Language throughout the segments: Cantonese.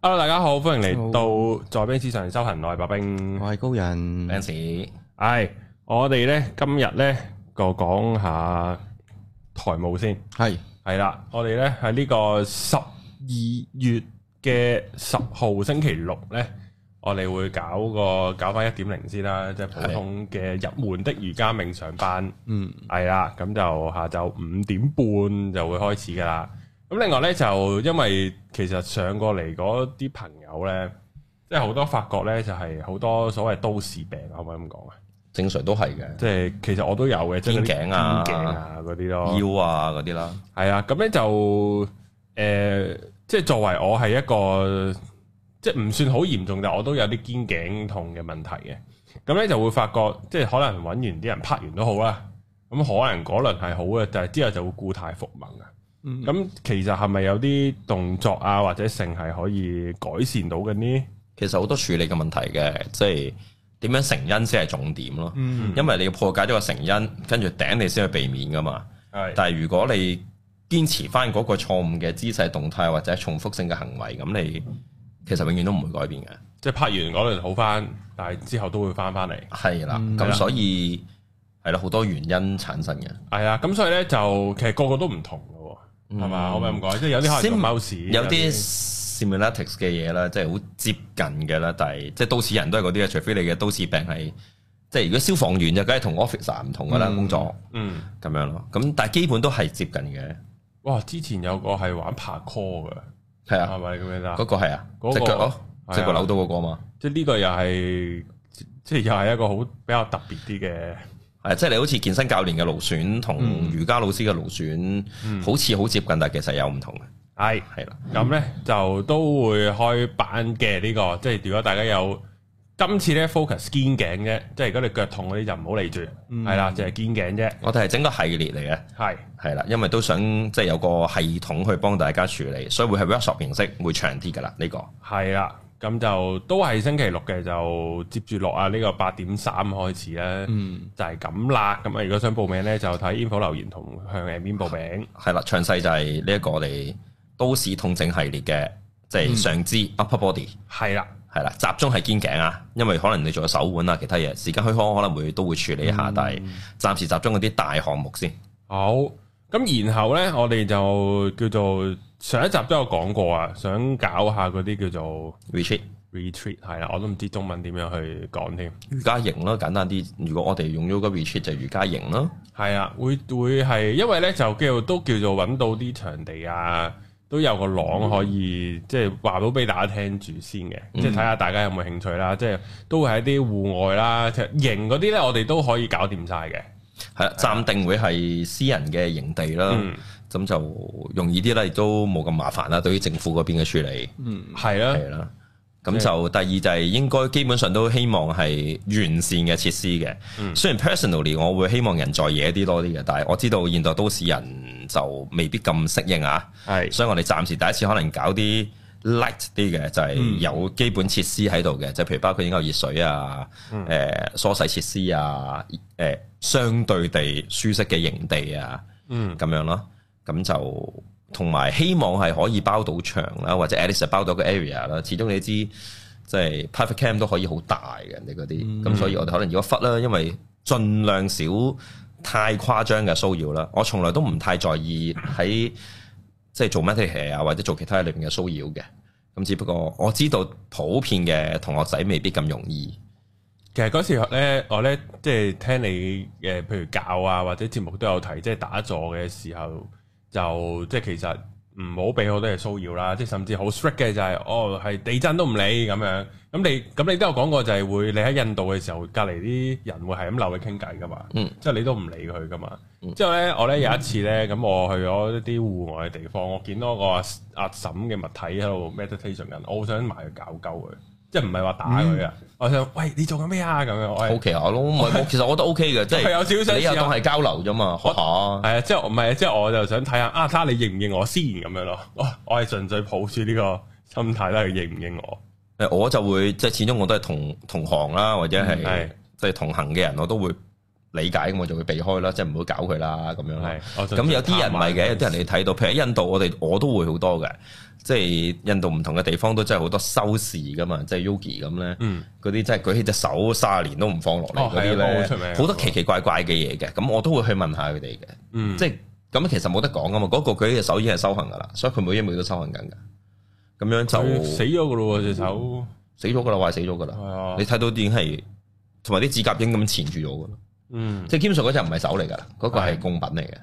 Hello，大家好，歡迎嚟到在冰之上修行，我係白嗯冰。我係高人，嗰陣時係我哋咧今日咧就講下台務先，係係啦，我哋咧喺呢個十二月嘅十號星期六咧，我哋會搞個搞翻一點零先啦，即係普通嘅入門的瑜伽冥想班。嗯係啦，咁就下晝五點半就會開始噶啦。咁另外呢，就因為其實上過嚟嗰啲朋友呢，即係好多發覺呢，就係好多所謂都市病，可唔可以咁講啊？正常都係嘅，即係其實我都有嘅，即係嗰啲肩頸啊肩頸啊嗰啲咯。腰啊嗰啲啦，係啊，咁咧就诶、呃即係作為我係一個即係唔算好嚴重，但我都有啲肩頸痛嘅問題嘅。咁咧就會發覺，即係可能揾完啲人拍完都好啦。咁可能嗰輪係好嘅，但係之後就會故態復萌啊。嗯咁、其實係咪有啲動作啊或者性係可以改善到嘅呢？其實好多處理嘅問題嘅，即係點樣成因先係重點咯。嗯因為你要破解咗個成因，跟住頂你先去避免噶嘛。係但係如果你堅持翻嗰個錯誤嘅姿勢、動態或者重複性嘅行為，咁你其實永遠都唔會改變嘅。即係拍完嗰輪好翻，但係之後都會翻翻嚟。係啦，嗯啊咁所以係啦，好多原因產生嘅。係啊，咁所以咧就其實個個都唔同嘅喎，係嘛？嗯可唔可以咁講？即係有啲可能咁 mouse，有啲 similarities 嘅嘢啦，即係好接近嘅啦，但係即係都市人都係嗰啲嘅，啊除非你嘅都市病係即係如果消防員就梗係同 officer 唔同噶啦、嗯工作嗯。咁樣咯，咁但係基本都係接近嘅，哇！之前有個係玩爬 call 嘅，係啊係，咪咁樣嗰啦？個係啊，嗰個隻腳咯，係啊隻腳扭到嗰個嘛，即係呢個又係，即即係又係一個好比較特別啲嘅，係啊即係你好似健身教練嘅勞損嗯同瑜伽老師嘅勞損，好似好接近，但係其實有唔同嘅，係係啦，咁咧就都會開版嘅呢個，即係如果大家有今次咧 focus 肩頸啫，即係如果你腳痛嗰啲就唔好理住，嗯係啦，就係肩頸啫，我哋係整個系列嚟嘅。係係啦，因為都想即係有個系統去幫大家處理，所以會係 workshop 形式，會長啲噶啦呢個。係啦，咁就都係星期六嘅，就接住落啊呢個八點三開始啦，嗯就係咁啦。咁啊，如果想報名咧，就睇 info 留言同向 a m 報名。係啦，詳細就係呢一個我哋都市痛症系列嘅，即係上肢 upper body 係啦，係啦，集中係肩頸啊，因為可能你仲有手腕啊，其他嘢，時間許可可能會都會處理一下，但係暫時集中嗰啲大項目先。好，咁然後呢，我哋就叫做上一集都有講過啊，想搞下嗰啲叫做 retreat retreat 係啦，我都唔知中文點樣去講添。瑜伽營啦，簡單啲。如果我哋用咗個 retreat 就係瑜伽營啦，係啊，會會係因為呢，就叫都叫做揾到啲場地啊，都有個廊可以即係話到俾大家聽住先嘅，即係睇下大家有冇興趣啦。即係都會係一啲戶外啦，其實營嗰啲呢，我哋都可以搞掂晒嘅。係啦，暫定會係私人嘅營地啦，嗯咁、就容易啲啦，亦都冇咁麻煩啦。對於政府嗰邊嘅處理。係啊啦，係啦。咁就第二就係應該基本上都希望係完善嘅設施嘅。雖然 personally 我會希望人在野啲多啲嘅，但係我知道現代都市人就未必咁適應啊。係所以我哋暫時第一次可能搞啲 light 啲嘅，就係、嗯有基本設施喺度嘅，就譬如包括應該有熱水啊、嗯誒、梳洗設施啊、誒、相對地舒適嘅營地啊，嗯咁樣咯，咁就同埋希望係可以包到場啦，或者 at least 包到個 area 啦。始終你知即係 private cam 都可以好大嘅，你嗰啲，嗯咁、所以我哋可能要忽啦，因為盡量少太誇張嘅騷擾啦。我從來都唔太在意喺即係做 m e t a 啊，或者做其他嘢裏面嘅騷擾嘅。咁只不過我知道普遍嘅同學仔未必咁容易，其實嗰時咧，我咧即係聽你誒，譬如教啊或者節目都有提，即係打坐嘅時候就即係其實唔好俾好多嘢騷擾啦，即係甚至好 strict 嘅就係、哦係地震都唔理咁樣。咁你咁你都有講過就係會你喺印度嘅時候，隔離啲人會係咁留你傾偈噶嘛，嗯之後你都唔理佢噶嘛。之後咧我咧有一次咧咁我去咗一啲戶外嘅地方，我見到個阿阿嬸嘅物體喺度 meditation 緊，我好想埋去搞鳩佢。即係唔係話打佢啊？我想喂你做緊咩啊？咁樣我係 OK 下咯，唔 係其實我都 OK 嘅，即係有少少啊想係你又試下當係交流啫嘛，學下。係啊，即係我唔係，即係我就想睇下啊，睇下你認唔認我先咁樣咯。 我我係純粹抱住呢個心態啦，佢認唔認我？誒我就會即係始終我都係同同行啦，或者係嗯係即係同行嘅人，我都會理解咁，我就會避開啦，即係唔好搞佢啦咁樣啦。係，咁有啲人唔係嘅，有啲人你你睇到，譬如喺印度，我哋我都會好多嘅，即係印度唔同嘅地方都真係好多修士噶嘛，即係 yogi 咁咧，嗯嗰啲真係舉起隻手卅年都唔放落嚟哦嗰啲係啊好咧出名，好多奇奇怪怪嘅嘢嘅，咁我都會去問下佢哋嘅，嗯即係咁其實冇得講噶嘛，嗰、個舉起隻手已經係修行噶啦，所以佢每一秒都修行緊噶，咁樣佢就死咗噶咯喎隻手，死咗噶啦，壞死咗噶啦，係啊你，睇到已經係同埋啲指甲已經咁纏住咗噶啦，嗯即係基本上嗰隻唔係手嚟噶啦，嗰、個係係供品嚟嘅。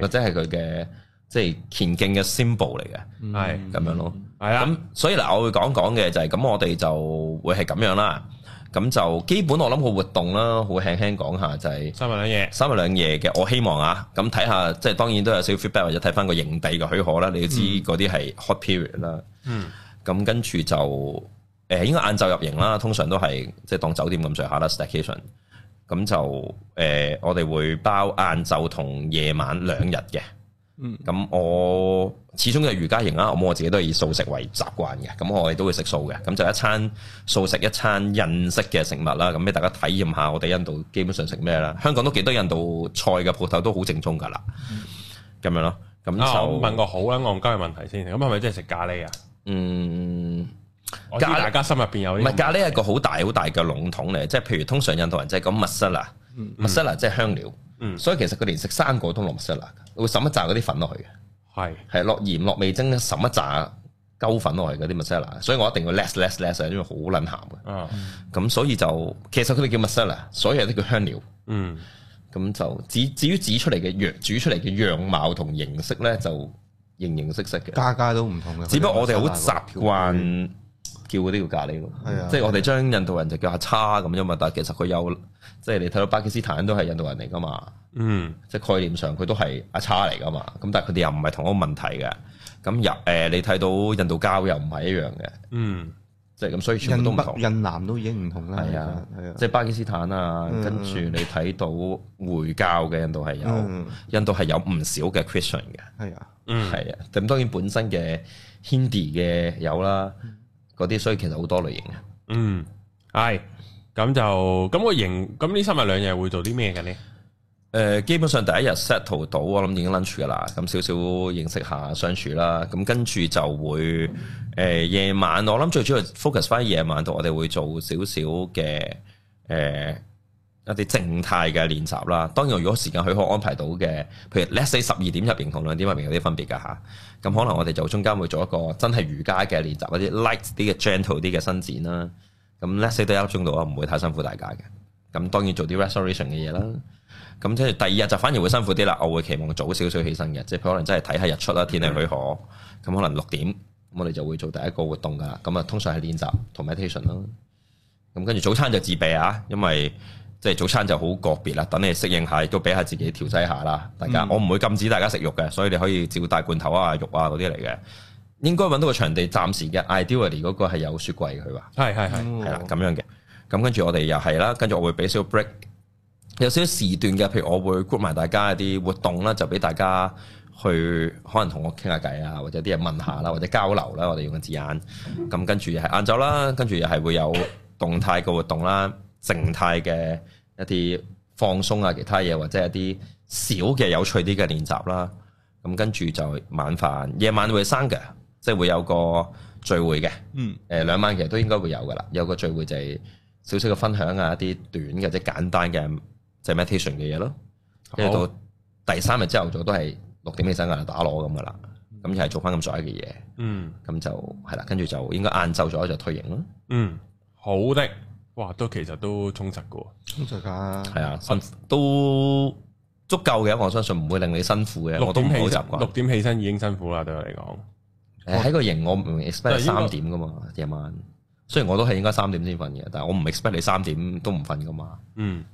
或係者係佢嘅即係虔敬嘅 symbol 嚟嘅，嗯係咁樣咯。係啦咁，所以嗱，我會講講嘅就係咁，我哋就會係咁樣啦。咁就基本我諗個活動啦，好輕輕講下就係三文兩嘢，三日兩夜嘅。我希望啊，咁睇下即係當然都有少少 feedback 或者睇翻個營地嘅許可啦。你要知嗰啲係 hot period 啦。嗯咁跟住就誒、呃、應該晏晝入營啦，通常都係即係當酒店咁上下啦，staycation。咁就誒、呃我哋會包晏晝同夜晚兩日嘅。嗯咁我始終都係瑜伽營啦，咁我自己都係以素食為習慣嘅，咁我哋都會食素嘅，咁就一餐素食一餐印式嘅食物啦，咁俾大家體驗下我哋印度基本上食咩啦，香港都幾多印度菜嘅鋪頭都好正宗噶啦，咁樣咯，咁啊，我問就個好啦，戇鳩嘅問題先，咁係咪真係食咖喱啊？嗯。我知咖喱大家心入邊有唔呢個係咖喱係一個好大好大嘅籠統嚟，即係譬如通常印度人即係講 masala，masala 即係香料，嗯所以其實佢連食生果都落 masala，會揼一紮嗰啲粉落去嘅，係係落鹽落味精揼一紮鳩粉落去嗰啲 masala，所以我一定要 less less less 啊因為好撚鹹嘅，啊咁所以就其實佢哋叫 masala，所有嘢都叫香料。嗯咁就至至於指出嚟嘅樣煮出嚟嘅樣貌同形式咧，就形形色色嘅。家家都唔同嘅。只不過我哋好習佢哋有沙慣叫嗰啲叫咖喱咯係啊，即係我哋將印度人就叫阿叉咁啫嘛，但係其實佢有即係你睇到巴基斯坦都係印度人嚟噶嘛，嗯即係概念上佢都係阿叉嚟噶嘛，咁但係佢哋又唔係同一個問題嘅，咁入誒你睇到印度教又唔係一樣嘅，嗯即係咁所以拉全部都印唔北同。印南都已經唔同啦。係啊其實，係啊，即係巴基斯坦啊，嗯跟住你睇到回教嘅印度係有嗯，印度係有唔少嘅 Christian 嘅。係啊，嗯係啊，咁當然本身嘅 Hindi 嘅有啦，嗰啲所以其實好多類型嘅。嗯係，咁就咁個型，咁呢三日兩夜會做啲咩嘅咧？誒、呃基本上第一日 settle 到，我諗已經 lunch 噶啦，咁少少認識下相處啦，咁跟住就會誒、呃夜晚，我諗最主要 focus 翻夜晚度，我哋會做少少嘅誒一啲靜態嘅練習啦。當然，如果時間許可安排到嘅，譬如 let's say 十二點入邊同兩點入邊有啲分別㗎吓，咁可能我哋就中間會做一個真係瑜伽嘅練習，一啲 light 啲嘅 gentle 啲嘅伸展啦。咁 let's say 都一粒鐘度啊，唔會太辛苦大家嘅。咁當然做啲 restoration 嘅嘢啦。咁即係第二日就反而會辛苦啲啦，我會期望早少少起身嘅，即係可能真係睇下日出啦，天氣許可，咁可能六點，咁我哋就會做第一個活動噶啦。咁啊，通常係練習同 meditation 啦。咁跟住早餐就自備啊，因為即係早餐就好個別啦，等你適應下，亦都俾下自己調劑下啦。大家、我唔會禁止大家食肉嘅，所以你可以照帶罐頭啊、肉啊嗰啲嚟嘅。應該揾到個場地，暫時嘅 ideally 嗰個係有雪櫃嘅，佢話。係係係，係啦，哦，咁樣嘅。咁跟住我哋又係啦，跟住我會俾少 break，有少少時段嘅，譬如我會 group 埋大家一啲活動啦，就俾大家去可能同我傾下偈啊，或者啲嘢問下啦，或者交流啦，我哋用嘅字眼。咁跟住又係晏晝啦，跟住又係會有動態嘅活動啦，靜態嘅一啲放鬆啊，其他嘢或者一啲小嘅有趣啲嘅練習啦。咁跟住就晚飯，夜晚會生嘅，即係會有個聚會嘅。嗯誒兩晚其實都應該會有噶啦，有個聚會就係少少嘅分享啊，一啲短嘅即係簡單嘅即係 meditation 嘅嘢咯。嗯跟住到第三日朝頭早都係六點起身噶啦，打攞咁噶啦，咁又係做翻咁上下嘅嘢，嗯咁就係啦。跟住就應該晏晝左右就退營咯，嗯好的，哇都其實都充實嘅喎，通常㗎，哦係啊，辛苦都足夠嘅，我相信唔會令你辛苦嘅，六我都點唔係起好身習，六慣。點起身已經辛苦啦，對我嚟講。誒喺個營我唔但係 expect 應該三點噶嘛，夜晚。雖然我都係應該三點先瞓嘅，但係我唔 expect 你三點都唔瞓噶嘛。嗯，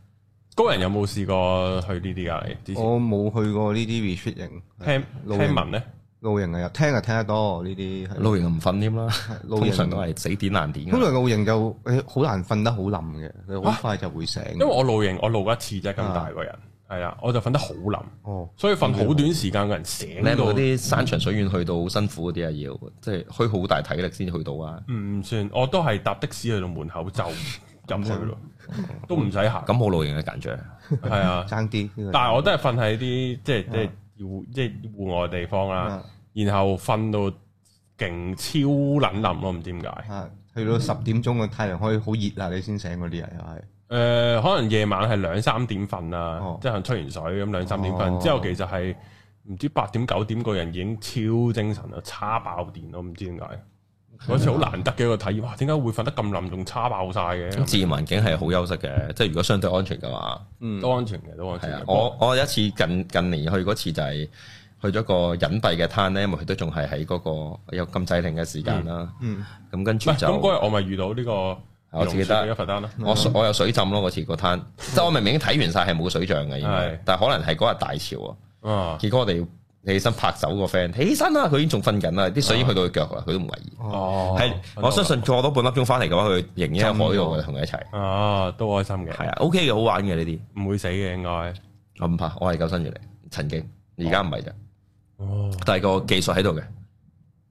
高人有冇試過去呢啲㗎？你之前我冇去過呢啲 retreat 營，聽露聽營聞咧，露營啊，聽啊聽得多呢啲嗯係。露營就唔瞓添啦，露通常都營係死點難點㗎啦。通常露營就誒好難瞓得好冧嘅，佢啊好快就會醒。因為我露營我露過一次啫，咁大個人係啦，我就瞓得好冧，哦，所以瞓好短時間個人醒你係咪到嗯嗰。啲山長水遠去到好辛苦嗰啲啊，要即係虛耗好大體力先去到啊。唔算，我都係搭的士去到門口就入去咯，都唔使行。嗯咁好露營嘅感覺。系啊，爭啲呢個。但係我都係瞓喺啲即啊係即係户即係户外地方啦，啊然後瞓到勁超撚冧咯，唔知點哦解。啊去到十點鐘個太陽可以好熱啦，啊你先醒嗰啲人又係。誒、可能夜晚係兩三點瞓啊，哦即係吹完水咁兩三點瞓，哦之後其實係唔知八點九點個人已經超精神啦，叉爆電咯，唔知點解。嗰次好難得嘅一個體驗，哇！點解會瞓得咁冧，仲叉爆晒咁嘅？自然環境係好優質嘅，即係如果相對安全嘅話，嗯都安全嘅，都安全係啊嘅。。我我有一次近近年去嗰次就係去咗個隱蔽嘅灘咧，因為佢都仲係喺嗰個有禁制令嘅時間啦。嗯，咁跟唔住係就啊咁嗰日我咪遇到呢個我自己得一佛丹咯，我水我有水浸咯，嗰次個灘，即係我明明睇完晒係冇水漲嘅，應係該，但係可能係嗰日大潮啊，啊結果我哋要起身拍走個 friend，起身啦，佢已經仲瞓緊啦，啲水已經去到佢腳啦，佢都唔為意。哦係，我相信坐多半粒鐘翻嚟嘅話，佢仍然喺海度嘅，同佢一齊。啊都開心嘅，係啊，OK 嘅，好玩嘅呢啲，唔會死嘅應該。我唔怕，我係救生員嚟，曾經，而家唔 係咋，啊哦，但係啊個技術喺度嘅。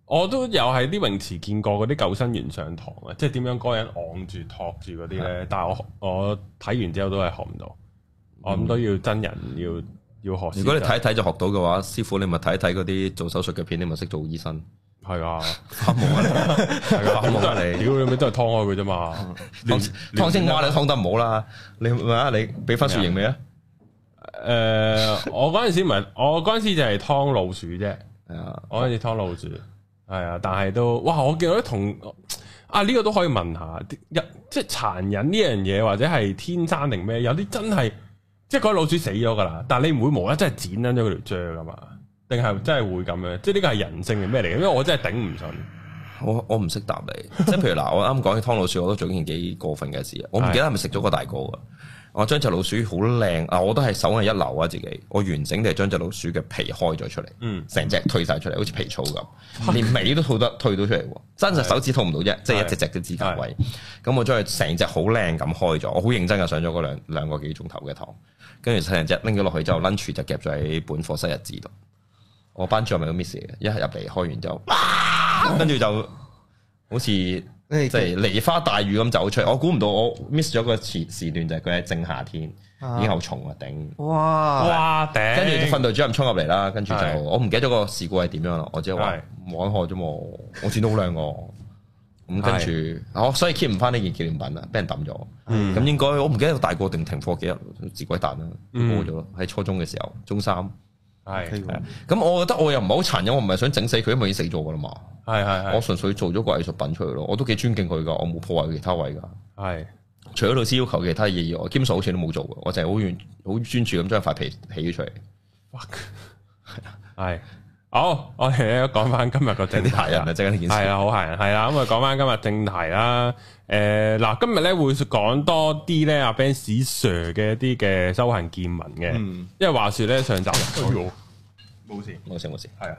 我都有喺啲泳池見過嗰啲救生員上堂啊，即係點樣嗰個人昂住托住嗰啲咧。但係我我睇完之後都係學唔到，我諗都要真人要要學先得。如果你睇一睇就學到嘅話，師傅你咪睇一睇嗰啲做手術嘅片，你咪識做醫生。係啊，發夢 啊係啊，發夢啊真係你屌你咪都係劏開佢啫 嘛。你！湯湯青蛙你湯得唔好啦，你咪啊你俾分數型未啊？誒，我嗰陣時唔係，我嗰陣時就係劏老鼠啫。係啊，我嗰陣時劏老鼠，係啊，但係都哇！我見到啲同啊呢、個都可以問下，啲一即係殘忍呢樣嘢，或者係天生定咩？有啲真係即係嗰啲老鼠死咗噶啦，但係你唔會無啦啦真係剪撚咗佢條脹噶嘛？定係真係會咁樣？即係呢個係人性定咩嚟嘅？因為我真係頂唔順。我我唔識答你，即係譬如嗱，我啱講起湯老鼠，我都做一件幾過分嘅事啊！我唔記得係咪食咗個大個啊！我將隻老鼠好靚啊！我都係手藝一流啊！自己我完整地將隻老鼠嘅皮開咗出嚟，嗯，成隻退晒出嚟，好似皮草咁，連尾都吐得退到出嚟喎！真係手指吐唔到啫，即係一隻隻嘅指甲位。咁我將佢成隻好靚咁開咗，我好認真嘅上咗嗰兩兩個幾鐘頭嘅堂，跟住成隻拎咗落去之後，lunch 就夾咗喺本課室日誌度。我班主任咪個 miss 嚟嘅，一入嚟開完之後，啊跟住就好似即即係梨花帶雨咁走出嚟。我估唔到我 miss 咗個時時段，就係佢喺正夏天，已經好重啊頂。哇哇頂！跟住訓導主任衝入嚟啦，跟住就哎係我唔記得咗個事故係點樣啦，我只係話係冇開啫嘛，我剪到好靚喎。咁跟住，我所以 keep 唔翻呢件紀念品啊啦，俾人抌咗。咁應該我唔記得大個定停課幾日，自鬼彈啦，嗯冇咗咯。喺初中嘅時候，中三。係係啊咁我覺得我又唔係好殘忍，我唔係想整死佢，因為已經死咗噶啦嘛。係係我純粹做咗個藝術品出嚟咯，我都幾尊敬佢噶，我冇破壞佢其他位噶。係除咗老師要求其他嘢以外，兼數好似都冇做嘅，我就係好願好專注咁將塊皮起咗 出嚟。係好，我哋咧講翻今日個有正啲題嚇人啦啊，即係呢件係事。啦，好閒人，係啦，咁啊講翻今日正題啦。誒嗱，今日咧會講多啲咧阿 Ben Sir 嘅一啲嘅修行見聞嘅，嗯因為話説咧上集，哎冇事，冇事冇事。係啊，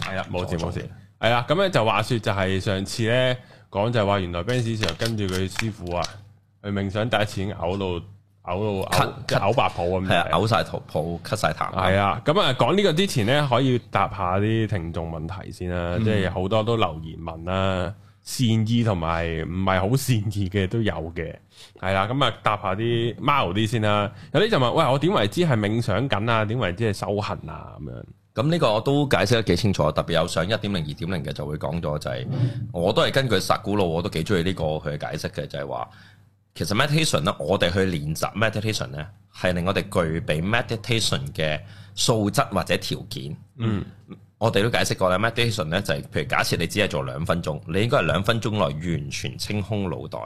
係啦，冇事冇事，係啦，咁咧啊就話説就係上次咧講就係話原來 Ben Sir 跟住佢師傅啊，佢冥想第一次已經嘔到嘔到嘔咳即係嘔白泡咁係啊，樣。嘔晒頭泡，咳晒痰。系啊，咁啊講呢個之前咧，可以答下啲聽眾問題先啦，即係好多都留言問啦，善意同埋唔係好善意嘅都有嘅，係啦，咁啊答下啲貓啲先啦，有啲就問喂，我點為之係冥想緊啊？點為之係修行啊？咁樣，咁呢個我都解釋得幾清楚，特別有上一點零、二點零嘅就會講咗，就係、我都係根據薩古魯，我都幾中意呢個佢嘅解釋嘅，就係、話其實 meditation 咧，我哋去練習 meditation 咧，係令我哋具備 meditation 嘅素質或者條件。嗯，我哋都解釋過啦，meditation 咧就係、譬如假設你只係做兩分鐘，你應該係兩分鐘內完全清空腦袋。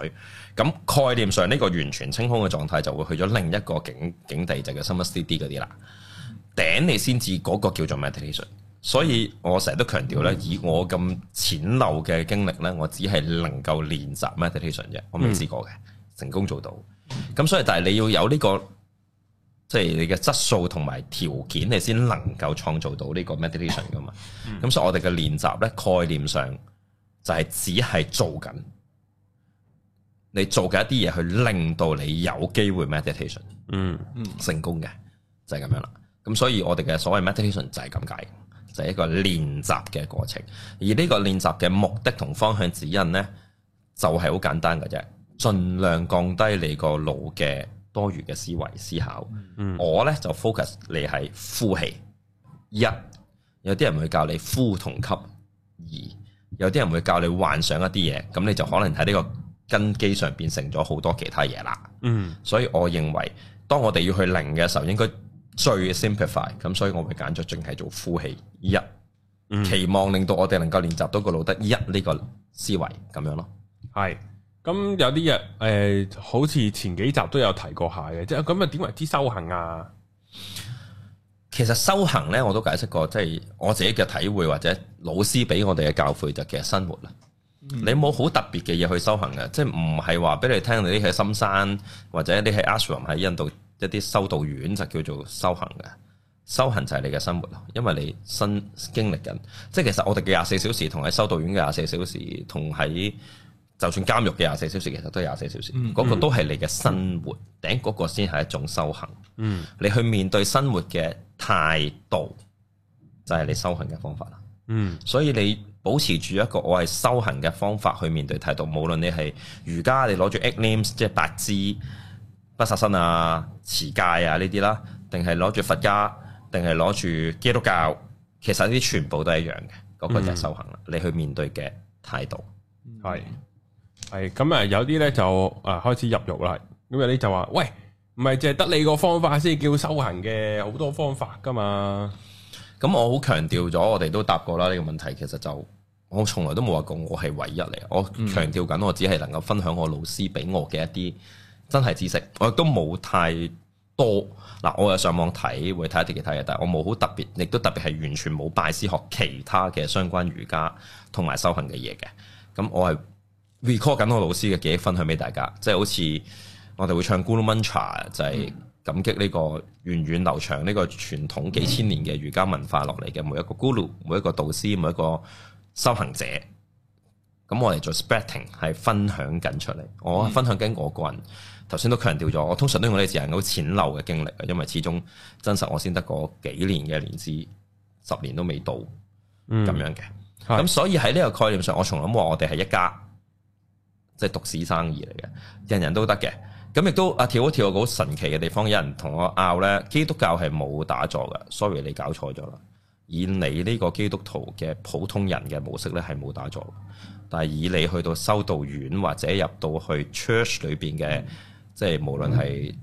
咁概念上呢個完全清空嘅狀態就會去咗另一個境境地，就叫 summer steady 嗰啲啦。頂你先至嗰個叫做 meditation。所以我成日都強調咧，以我咁淺陋嘅經歷咧，我只係能夠練習 meditation 啫，我未試過嘅，成功做到。咁所以，但係你要有呢、個。即係你嘅質素同埋條件，你先能夠創造到呢個 meditation 噶嘛。咁、所以我哋嘅練習咧，概念上就係只係做緊，你做緊一啲嘢去令到你有機會 meditation 嗯，成功嘅，就係、咁樣啦。咁所以我哋嘅所謂 meditation 就係咁解，就係、一個練習嘅過程。而呢個練習嘅目的同方向指引呢，就係、好簡單嘅啫。盡量降低你個腦嘅多餘嘅思維思考。嗯我咧就 focus 你係呼氣一，有啲人會教你呼同吸二，有啲人會教你幻想一啲嘢，咁你就可能喺呢個根基上變成咗好多其他嘢啦。嗯所以我認為，當我哋要去零嘅時候，應該最 simplify。咁所以我會揀咗淨係做呼氣一，嗯，期望令到我哋能夠練習到個腦得一呢個思維咁樣咯。係。咁有啲嘢诶，呃好似前幾集都有提過下嘅，即係咁啊，點為之修行啊？其實修行呢，我都解釋過，即係我自己嘅體會或者老師俾我哋嘅教誨就其實生活啦。你冇好特別嘅嘢去修行嘅，即係唔係話俾你聽你喺深山或者你喺 ashram 喺印度一啲修道院就叫做修行嘅。修行就係你嘅生活咯，因為你身經歷緊，即係其實我哋嘅廿四小時同喺修道院嘅廿四小時，同喺就算監獄嘅廿四小時，其實都係廿四小時，嗰、個都係你嘅生活，頂嗰個先係一種修行。嗯，你去面對生活嘅態度，就係、你修行嘅方法啦。嗯所以你保持住一個我係修行嘅方法去面對態度，無論你係瑜伽，你攞住 eight names 即係八支不殺生啊、持戒啊呢啲啦，定係攞住佛家，定係攞住基督教，其實呢啲全部都係一樣嘅，嗰、個就係修行啦。你去面對嘅態度，係係咁啊，有啲咧就啊開始入獄啦，咁有啲就話喂，唔係淨係得你個方法先叫修行嘅，好多方法噶嘛。咁我好強調咗，我哋都答過啦呢、個問題，其實就我從來都冇話過我係唯一嚟，我強調緊我只係能夠分享我老師俾我嘅一啲真係知識，我亦都冇太多嗱，我又上網睇會睇一啲其他嘢，但係我冇好特別，亦都特別係完全冇拜師學其他嘅相關瑜伽同埋修行嘅嘢嘅，咁我係 recall 緊我老師嘅記憶分享俾大家，即係好似我哋會唱 Guru Mantra 就係感激呢個源遠流長呢個傳統幾千年嘅瑜伽文化落嚟嘅每一個 Guru、每一個導師、每一個修行者。咁我哋做 spreading 係分享緊出嚟，我分享緊我個人。頭先都強調咗，我通常都用呢啲字眼，好淺陋嘅經歷啊，因為始終真實我先得嗰幾年嘅年資，十年都未到咁、嗯樣嘅。係咁所以喺呢個概念上，我從來冇話我哋係一家，即係獨市生意嚟嘅，人人都得嘅。咁亦都啊跳一跳個好神奇嘅地方，有人同我拗咧，基督教係冇打坐嘅，sorry 你搞錯咗啦。以你呢個基督徒嘅普通人嘅模式咧，係冇打坐嘅。但係以你去到修道院或者入到去 church 裏邊嗯嘅，即係無論係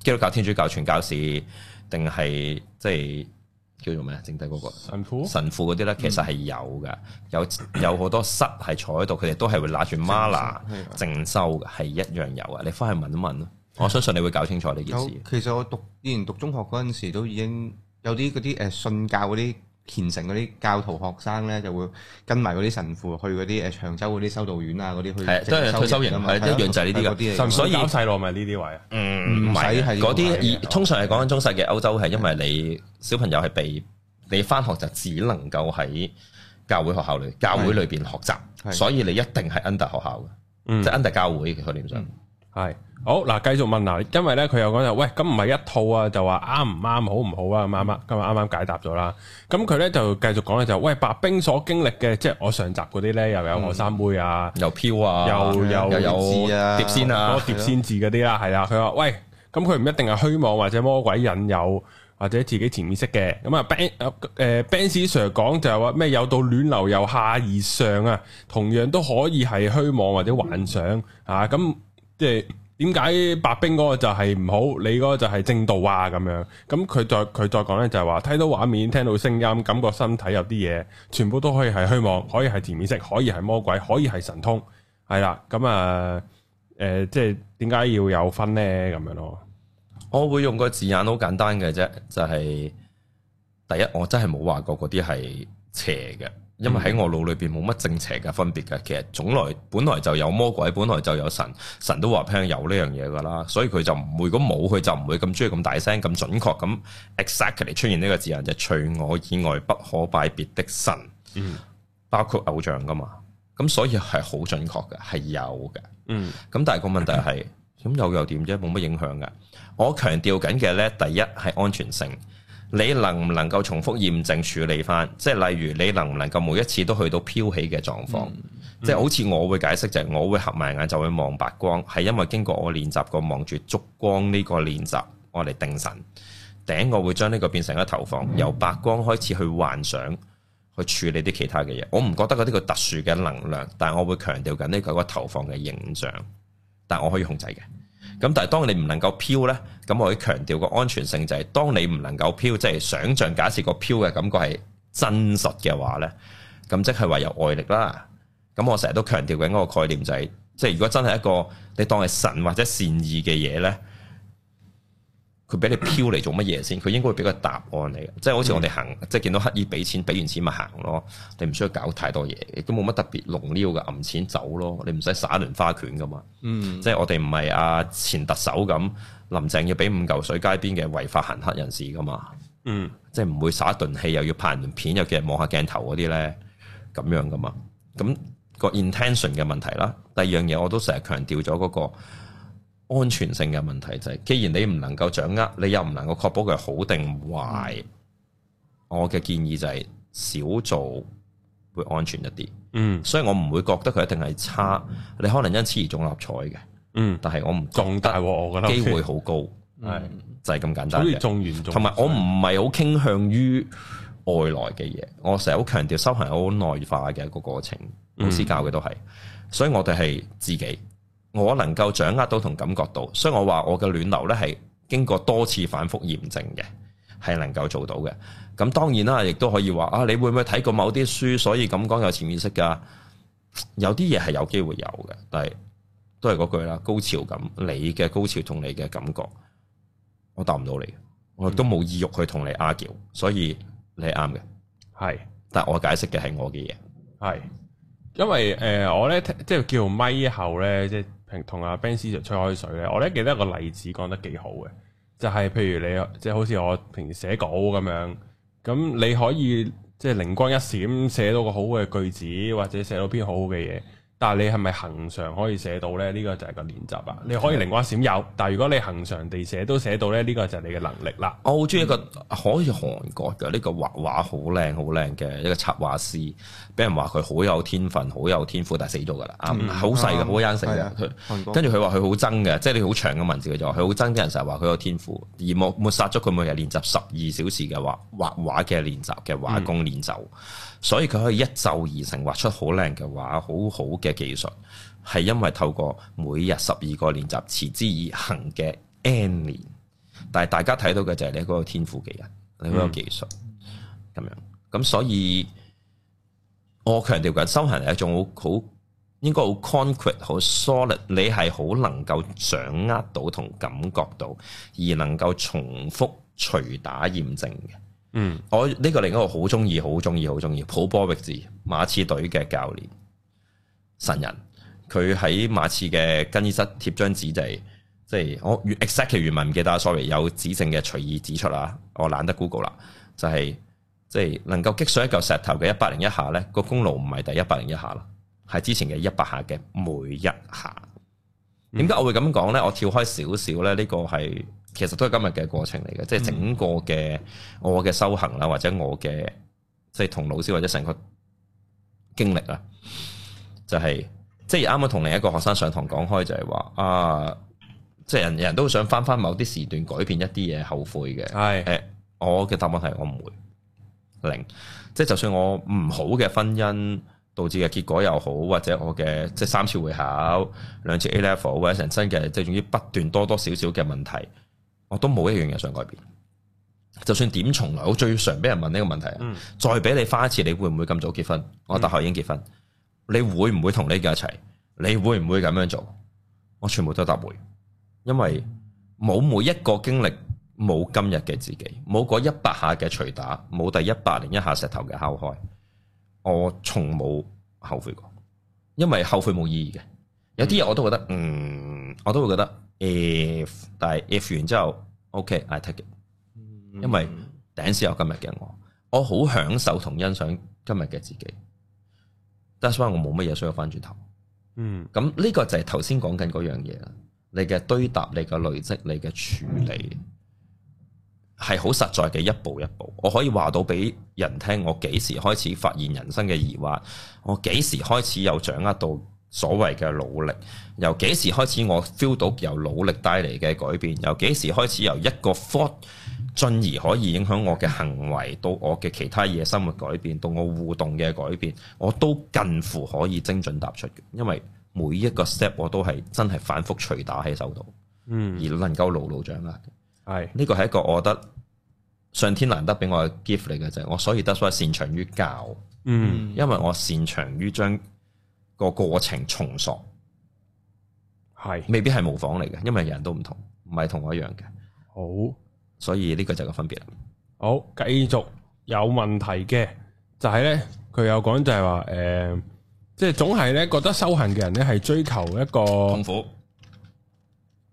基督教、天主教、傳教士，定係即係叫做咩啊？剩低嗰個神哦父神父嗰啲咧，嗯其實係有噶，有有好多室係坐喺度，佢哋都係會拿住 mala 係啊靜修嘅，係一樣有嘅。你翻去問一問咯，我相信你會搞清楚呢件有事。其實我讀以前讀中學嗰陣時都已經有啲嗰啲誒呃信教嗰啲虔誠嗰啲教徒學生咧，就會跟埋嗰啲神父去嗰啲誒長洲嗰啲修道院啊嗰啲去係都係退休營啊係係啊一樣就係呢啲嗰㗎嚟神父所以搞細路咪呢啲位啊。嗯，唔唔係使係嗰啲要以買嘅通常係講緊中世嘅歐洲係因為你小朋友係被你翻學就只能夠喺教會學校裏教會裏邊學習，係所以你一定係 under 學校嗯嘅，即係 under 教會嘅概念上。嗯系好嗱，繼續問嗱，因為咧佢又講就喂，咁唔係一套啊，就話啱唔啱，好唔好啊，咁啱啱，咁啊啱啱解答咗啦。咁佢咧就繼續講咧就喂，白冰所經歷嘅，即係我上集嗰啲咧，又有我三妹啊，又飄啊，又有又有字啊碟仙嗰啊個，碟仙字嗰啲啦，係啊啦。佢話喂，咁佢唔一定係虛妄或者魔鬼引誘。或者自己潛意識嘅，咁啊 Ben 誒 Ben Sir 講就係話咩有到暖流由下而上啊，同樣都可以係虛妄或者幻想啊，咁即係點解白冰嗰個就係唔好，你嗰個就係正道啊咁樣？咁佢再佢再講咧就係話睇到畫面、聽到聲音、感覺身體有啲嘢，全部都可以係虛妄，可以係潛意識，可以係魔鬼，可以係神通，係啦，咁啊誒，即係點解要有分咧咁樣咯？我會用個字眼好簡單嘅啫，就係、第一，我真係冇話過嗰啲係邪嘅，因嗯為喺我腦裏邊冇乜正邪嘅分別嘅。其實總來本來就有魔鬼，本來就有神，神都話俾人有呢樣嘢噶啦，所以佢就唔會，如果冇佢就唔會咁中意咁大聲、咁準確咁 exactly 出現呢個字眼，就除我以外不可拜別的神，嗯包括偶像噶嘛。咁所以係好準確嘅，係有嘅。嗯咁但係個問題係，咁又又點啫？冇乜影響嘅。我強調緊嘅呢，第一係安全性，你能唔能夠重複驗證處理翻？即係例如你能唔能夠每一次都去到飄起嘅狀況，即係好似我會解釋就係我會合埋眼就會望白光，係因為經過我練習過望住燭光呢個練習，我嚟定神。頂我會將呢個變成一個投放，由白光開始去幻想，去處理啲其他嘅嘢。我唔覺得嗰啲個特殊嘅能量，但係我會強調緊呢個係一個投放嘅影像，但我可以控制嘅。咁但係當你唔能夠飄呢，咁我可以強調個安全性就係、當你唔能夠飄，即係想像假設個飄嘅感覺係真實嘅話呢，咁即係話有外力啦。咁我成日都強調緊嗰個概念就係、即係如果真係一個你當係神或者善意嘅嘢呢。佢俾你飄嚟做乜嘢先？佢應該會俾個答案你嘅，即係好似我哋行，即係見到乞衣俾錢，俾完錢咪行咯。你唔需要搞太多嘢，亦都冇乜特別龍撩嘅，揞錢走咯。你唔使耍輪花拳噶嘛。嗯，即係我哋唔係阿前特首咁，林鄭要俾五嚿水街邊嘅違法行乞人士噶嘛。嗯，即係唔會耍一頓氣，又要拍完片，又叫人望下鏡頭嗰啲咧，咁樣噶嘛。咁、個 intention 嘅問題啦，第二樣嘢我都成日強調咗嗰個安全性嘅問題，就係、既然你唔能夠掌握，你又唔能夠確保佢係好定壞，我嘅建議就係少做會安全一啲。嗯，所以我唔會覺得佢一定係差，你可能因此而中立彩嘅，嗯，但係我唔中大鑊我覺得機會好高，係就係、咁簡單好似嘅。中完中，同埋我唔係好傾向於外來嘅嘢，我成日好強調修行係好內化嘅一個過程，老師教嘅都係，所以我哋係自己，我能夠掌握到同感覺到，所以我話我嘅暖流呢係經過多次反覆驗證嘅，係能夠做到嘅。咁當然啦，亦都可以話啊，你會唔會睇過某啲書，所以咁講有潛意識㗎？有啲嘢係有機會有嘅，但係都係嗰句啦，高潮感，你嘅高潮同你嘅感覺，我答唔到你。我亦都冇意欲去同你 argue，所以你係啱嘅。係。但係我解釋嘅係我嘅嘢，系，因為诶、呃我咧即係叫咪後咧，即係平同阿 Ben 師就吹開水咧。我咧記得一個例子講得幾好嘅，就係、譬如你即係好似我平時寫稿咁樣，咁你可以即係靈光一閃寫到個好嘅句子，或者寫到篇好好嘅嘢。但係你係咪恒常可以寫到咧？呢、個就係個練習啊！你可以靈光一閃有，但係如果你恒常地寫都寫到咧，呢、個就係你嘅能力啦。我好中意一個可以韓國嘅呢個畫畫好靚好靚嘅一個插畫師，俾人話佢好有天分、好有天賦，但係死咗㗎啦，啱好細嗯嘅，啱好啱成係嘅啊佢。韓國跟住佢話佢好憎嘅，即係你好長嘅文字佢就話佢好憎啲人成日話佢有天賦，而抹抹殺咗佢每日練習十二小時嘅畫畫畫嘅練習嘅畫工練就，所以佢可以一奏而成畫出好靚嘅畫，好好嘅技術，係因為透過每日十二個練習持之以恒嘅 N 年，但係大家睇到嘅就係你嗰個天賦嘅人，你嗰個技術咁、樣，咁所以我強調緊修行係一種好好。應該好 concrete、好 solid，你係好能夠掌握到同感覺到，而能夠重複捶打驗證嘅。嗯，我呢、個另一個好中意、好中意、好中意，普波域治馬刺隊嘅教練神人，佢喺馬刺嘅更衣室貼張紙就係、即係我 exactly 原文唔記得啊，sorry，有指正嘅隨意指出啦，我懶得 Google 啦，就係、即係能夠擊碎一嚿石頭嘅一百零一下呢個功勞唔係第一百零一下啦，係之前嘅一百下嘅每一下。點解我會咁講呢？我跳開少少呢，呢、個係其實都係今日嘅過程嚟嘅，即係整個嘅我嘅修行啦，或者我嘅即係同老師或者成個經歷啊，就係、即係啱啱同另一個學生上堂講開就係話啊，即係人人都想翻翻某啲時段改變一啲嘢後悔嘅，係誒、我嘅答案係我唔會零，即係就算我唔好嘅婚姻導致嘅結果又好，或者我嘅即係三次會考、兩次 A level 或者成身嘅，即係總之不斷多多少少嘅問題，我都冇一樣嘢想改變。就算點重來，我最常俾人問呢個問題啊，嗯再俾你花一次，你會唔會咁早結婚？我大學已經結婚，你會唔會同呢個一齊？你會唔會咁樣做？我全部都答會，因為冇每一個經歷，冇今日嘅自己，冇嗰一百下嘅捶打，冇第一百零一下石頭嘅敲開，我從冇後悔過，因為後悔冇意義嘅。有啲嘢我都覺得，嗯，我都會覺得 if，但係 if 完之後，OK，I、take it，因為頂先有今日嘅我，我好享受同欣賞今日嘅自己。That's why 我冇乜嘢需要翻轉頭。嗯咁呢個就係頭先講緊嗰樣嘢啦。你嘅堆搭、你嘅累積、你嘅處理，係好實在嘅一步一步，我可以話到俾人聽，我幾時開始發現人生嘅疑惑，我幾時開始有掌握到所謂嘅努力，由幾時開始我 feel 到由努力帶嚟嘅改變，由幾時開始由一個 thought 進而可以影響我嘅行為，到我嘅其他嘢生活改變，到我互動嘅改變，我都近乎可以精準踏出嘅，因為每一個 step 我都係真係反覆捶打喺手度，而嗯，能夠牢牢掌握嘅。系呢個係一個我覺得上天難得俾我嘅 gift 嚟嘅就係我所以得所以擅長於教，嗯嗯因為我擅長於將個過程重塑，系未必係模仿嚟嘅，因為人都唔同，唔係同我一樣嘅，好。所以呢個就係個分別啦。好，繼續有問題嘅就係呢，佢有講就係話诶，誒即係總係呢覺得修行嘅人呢係追求一個呃痛苦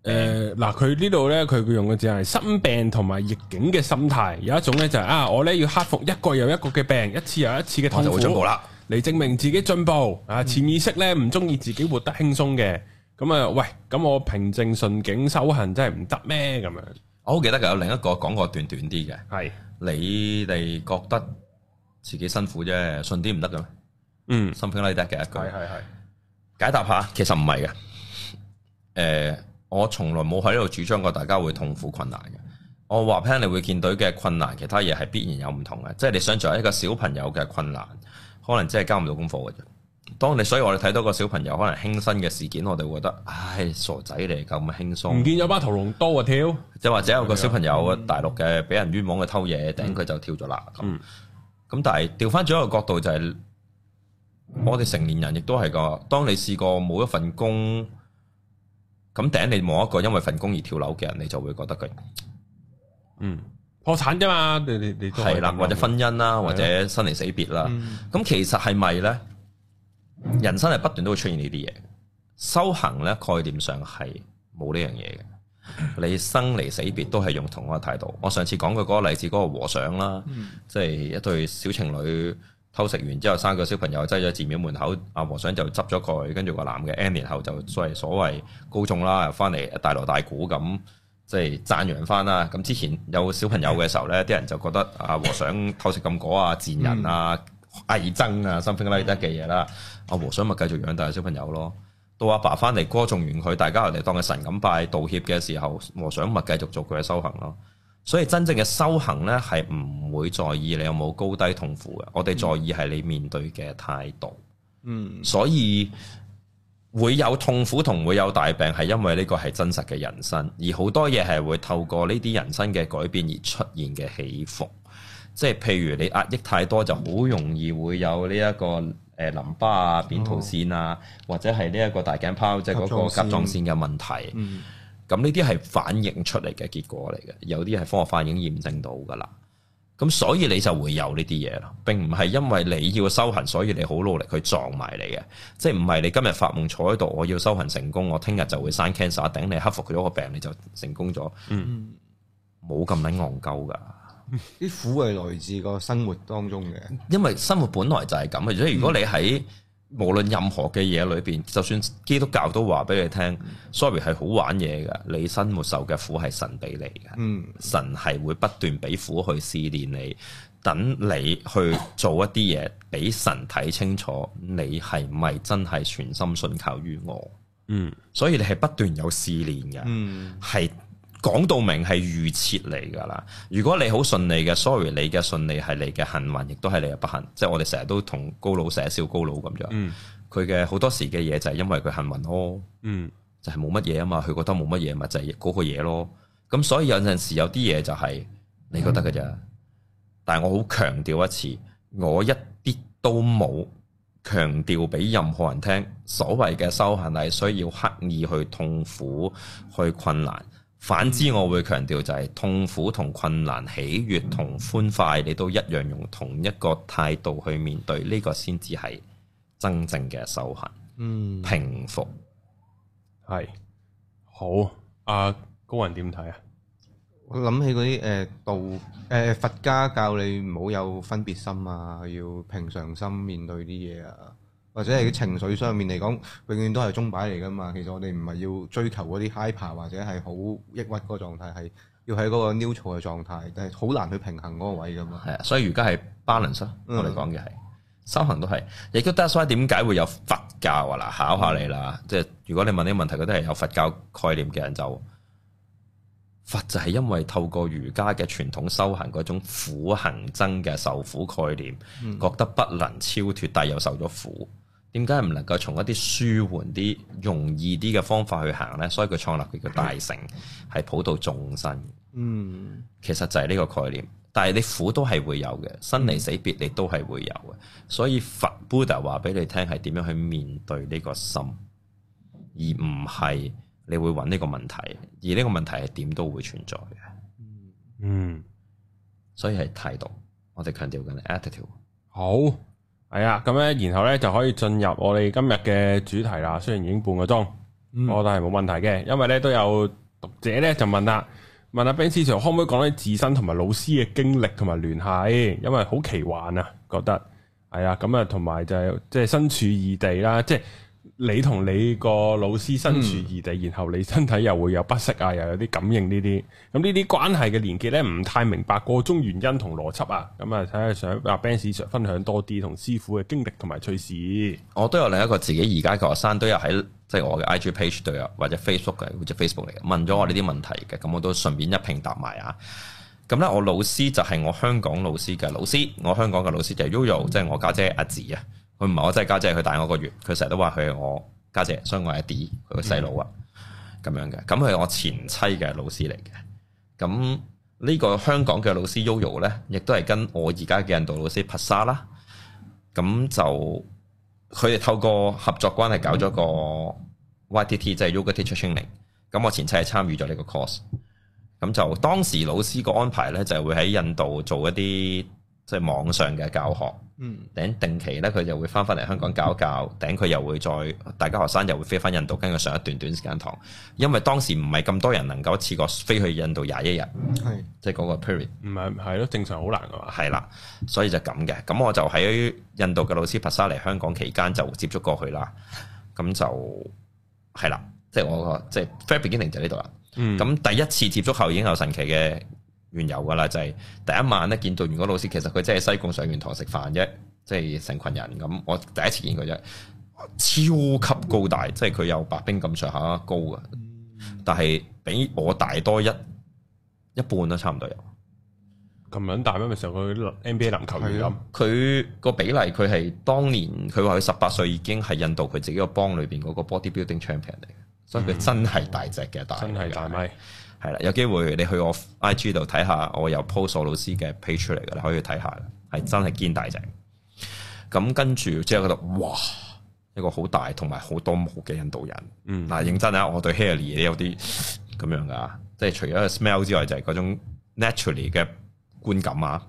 诶嗱，佢呢度呢，佢用嘅字係心病同埋逆境嘅心態，有一種呢就係啊，我呢要克服一個又一個嘅病，一次又一次嘅我痛就會進步苦，啦。嗯嚟證明自己進步啊！潛意識呢唔中意自己活得輕鬆嘅，咁啊喂，咁我平靜順境修行真係唔得咩？咁樣我好記得有另一個講過段短啲嘅，係你哋覺得自己辛苦啫，信啲唔得嘅咩嗯？Something like that 嘅一句。係係係解答下，其實唔係嘅。誒、我從來冇喺度主張過大家會痛苦困難嘅。我話俾你聽，你會見到嘅困難，其他嘢係必然有唔同嘅。即係你想象一個小朋友嘅困難，可能只係交唔到功課嘅啫。當你所以我哋睇到個小朋友可能輕生嘅事件，我哋會覺得，唉，傻仔嚟咁輕鬆。唔見咗把屠龍刀啊跳！即係或者有個小朋友大陸嘅俾人冤枉佢偷嘢，頂佢就跳咗啦。咁咁、嗯但係調翻轉一個角度就係、我哋成年人亦都係個，當你試過冇一份工，咁頂你冇一個因為份工而跳樓嘅人，你就會覺得佢嗯，破產啫嘛，你你你都可以係啦，咁諗啊或者婚姻啦，或者生離死別啦。嗯咁其實係咪呢？人生係不斷都會出現呢啲嘢。修行呢，概念上係冇呢樣嘢嘅。你生離死別都係用同一個態度。我上次講過嗰個例子，嗰、個和尚啦，嗯即係一對小情侶偷食完之後生個小朋友，擠咗寺廟門口，阿和尚就執咗佢，跟住個男嘅 N 年後就所謂所謂高中啦，翻嚟大鑼大鼓咁。即係讚揚翻啦。咁之前有小朋友嘅時候咧，啲人就覺得啊和尚偷食禁果啊、賤人啊、偽僧啊、something like that 嘅嘢啦。啊和尚咪繼續養大小朋友咯。到阿爸翻嚟歌頌完佢，大家人哋當佢神咁拜道歉嘅時候，和尚咪繼續做佢嘅修行咯。所以真正嘅修行呢，係唔會在意你有冇高低痛苦嘅，我哋在意係你面對嘅態度。嗯所以會有痛苦同會有大病，係因為呢個係真實嘅人生，而好多嘢係會透過呢啲人生嘅改變而出現嘅起伏。即係譬如你壓抑太多，就好容易會有呢、一個誒淋巴啊、扁桃腺啊，或者係呢一個大頸泡，即係嗰個甲甲狀狀腺嘅問題。嗯咁呢啲係反映出嚟嘅結果嚟嘅，有啲係科學化已經驗證到噶啦。咁所以你就會有呢啲嘢咯，並唔係因為你要修行，所以你好努力去撞埋你嘅，即係唔係你今日發夢坐喺度，我要修行成功，我聽日就會生 cancer，頂你克服咗個病你就成功咗，嗯冇咁撚戇鳩噶。啲苦係來自個生活當中嘅，因為生活本來就係咁嘅，所以如果你喺無論任何嘅嘢裏邊，就算基督教都話俾你聽，sorry 係好玩嘢噶，你生活受嘅苦係神俾你嘅。嗯神係會不斷俾苦去試煉你，等你去做一啲嘢，俾神睇清楚你係咪真係全心信靠於我。嗯所以你係不斷有試煉嘅，嗯係講到明係預設嚟㗎啦。如果你好順利嘅，sorry，你嘅順利係你嘅幸運，亦都係你嘅不幸。即係我哋成日都同高佬寫笑高佬咁樣，嗯佢嘅好多時嘅嘢就係因為佢幸運咯。嗯就係冇乜嘢啊嘛，佢覺得冇乜嘢咪就係、嗰個嘢咯。咁所以有陣時有啲嘢就係你覺得嘅咋，但係我好強調一次，我一啲都冇強調俾任何人聽，所謂嘅修行係需要刻意去痛苦、去困難。反之，我會強調就係痛苦同困難、喜悅同歡快，你都一樣用同一個態度去面對，呢、個先至係真正嘅修行，嗯，平復。係好。阿高人點睇啊？我諗起嗰啲誒道誒、佛家教你唔好有分別心啊，要平常心面對啲嘢啊，或者係情緒上面嚟講，永遠都係鐘擺嚟噶嘛。其實我哋唔係要追求嗰啲 hyper 或者係好抑鬱嗰個狀態，係要喺嗰個 neutral 嘅狀態，但係好難去平衡嗰個位噶嘛。係啊，所以儒家係 balance 咯，嗯我哋講嘅係修行都係，亦都 that's why 點解會有佛教啊？嗱，考下你啦，即係如果你問呢個問題，佢都係有佛教概念嘅人就佛就係因為透過儒家嘅傳統修行嗰種苦行僧嘅受苦概念，覺得不能超脱，但又受咗苦。點解唔能夠從一啲舒緩啲、容易啲嘅方法去行呢？所以佢創立佢嘅大乘，係普度眾生。嗯，其實就係呢個概念。但係你苦都係會有嘅，生離死別你都係會有嘅。所以佛 Buddha 話俾你聽係點樣去面對呢個心，而唔係你會揾呢個問題，而呢個問題係點都會存在嘅。嗯，所以係態度，我哋強調緊 attitude。好，係啊，咁咧，然後咧就可以進入我哋今日嘅主題啦。雖然已經半個鐘，嗯我覺哦得係冇問題嘅，因為咧都有讀者咧就問啦，問阿 Ben Sir 可唔可以講啲自身同埋老師嘅經歷同埋聯繫，因為好奇幻啊，覺得係啊，咁啊，同埋就係即係身處異地啦，即係你同你個老師身處異地，然後你身體又會有不適啊，又有啲感應呢啲，咁呢啲關係嘅連結咧，唔太明白個中原因同邏輯啊，咁啊睇下想阿 Ben Sir 分享多啲同師傅嘅經歷同埋趣事，我都有另一個自己而家嘅學生都有喺即係我嘅 IG page 度有，或者 Facebook 嘅，好似 Facebook 嚟嘅，問咗我呢啲問題嘅，咁我都順便一拼答埋啊。咁咧，我老師就係我香港老師嘅老師，我香港嘅老師就係 Yoyo，即係我家姐阿子啊。佢唔係我真係家姐，佢大我個月，佢成日都話佢係我家姐，所以我係阿 D，佢個細佬啊，咁樣嘅。咁佢係我前妻嘅老師嚟嘅。咁呢個香港嘅老師 Yoyo 咧，亦都係跟我而家嘅印度老師 Pasa 啦。咁就佢哋透過合作關係搞咗個 YTT，即係 Yoga Teacher Training。咁我前妻係參與咗呢個 course。咁就當時老師個安排呢，就係會喺印度做一啲即係網上嘅教學。嗯頂定期呢，佢就會翻返嚟香港教一教。頂佢又會再大家學生又會飛翻印度，跟佢上一段短時間堂。因為當時唔係咁多人能夠一次過飛去印度廿一日，係即係嗰個 period。唔係啊係咯，正常好難噶嘛。係啦，所以就咁嘅。咁我就喺印度嘅老師帕沙嚟香港期間就接觸過佢啦。咁就係啦，即係我個即係 fair beginning 就呢度啦。嗯咁、第一次接觸後已經有神奇嘅緣由噶啦，就係、第一晚咧見到如果老師，其實佢真係西貢上完堂食飯啫，即係成群人咁。我第一次見佢啫，超級高大，即係佢有白冰咁上下高嘅，但係比我大多一一半都差唔多有。咁樣大咩？咪成個 NBA 籃球員係咁啊。佢個比例佢係當年佢話佢十八歲已經係印度佢自己個邦裏邊嗰個 bodybuilding champion 嚟嘅，所以佢真係大隻嘅，大真係大咪，係啦。有機會你去我 IG 度睇下，我有 post 我老師嘅 page 出嚟嘅，你可以睇下嘅，係真係堅大隻。咁跟住之後覺得哇，一個好大同埋好多毛嘅印度人。嗯嗱，認真啊，我對 Haley 有啲咁樣噶，即係除咗 smell 之外，就係嗰種 naturally 嘅觀感啊，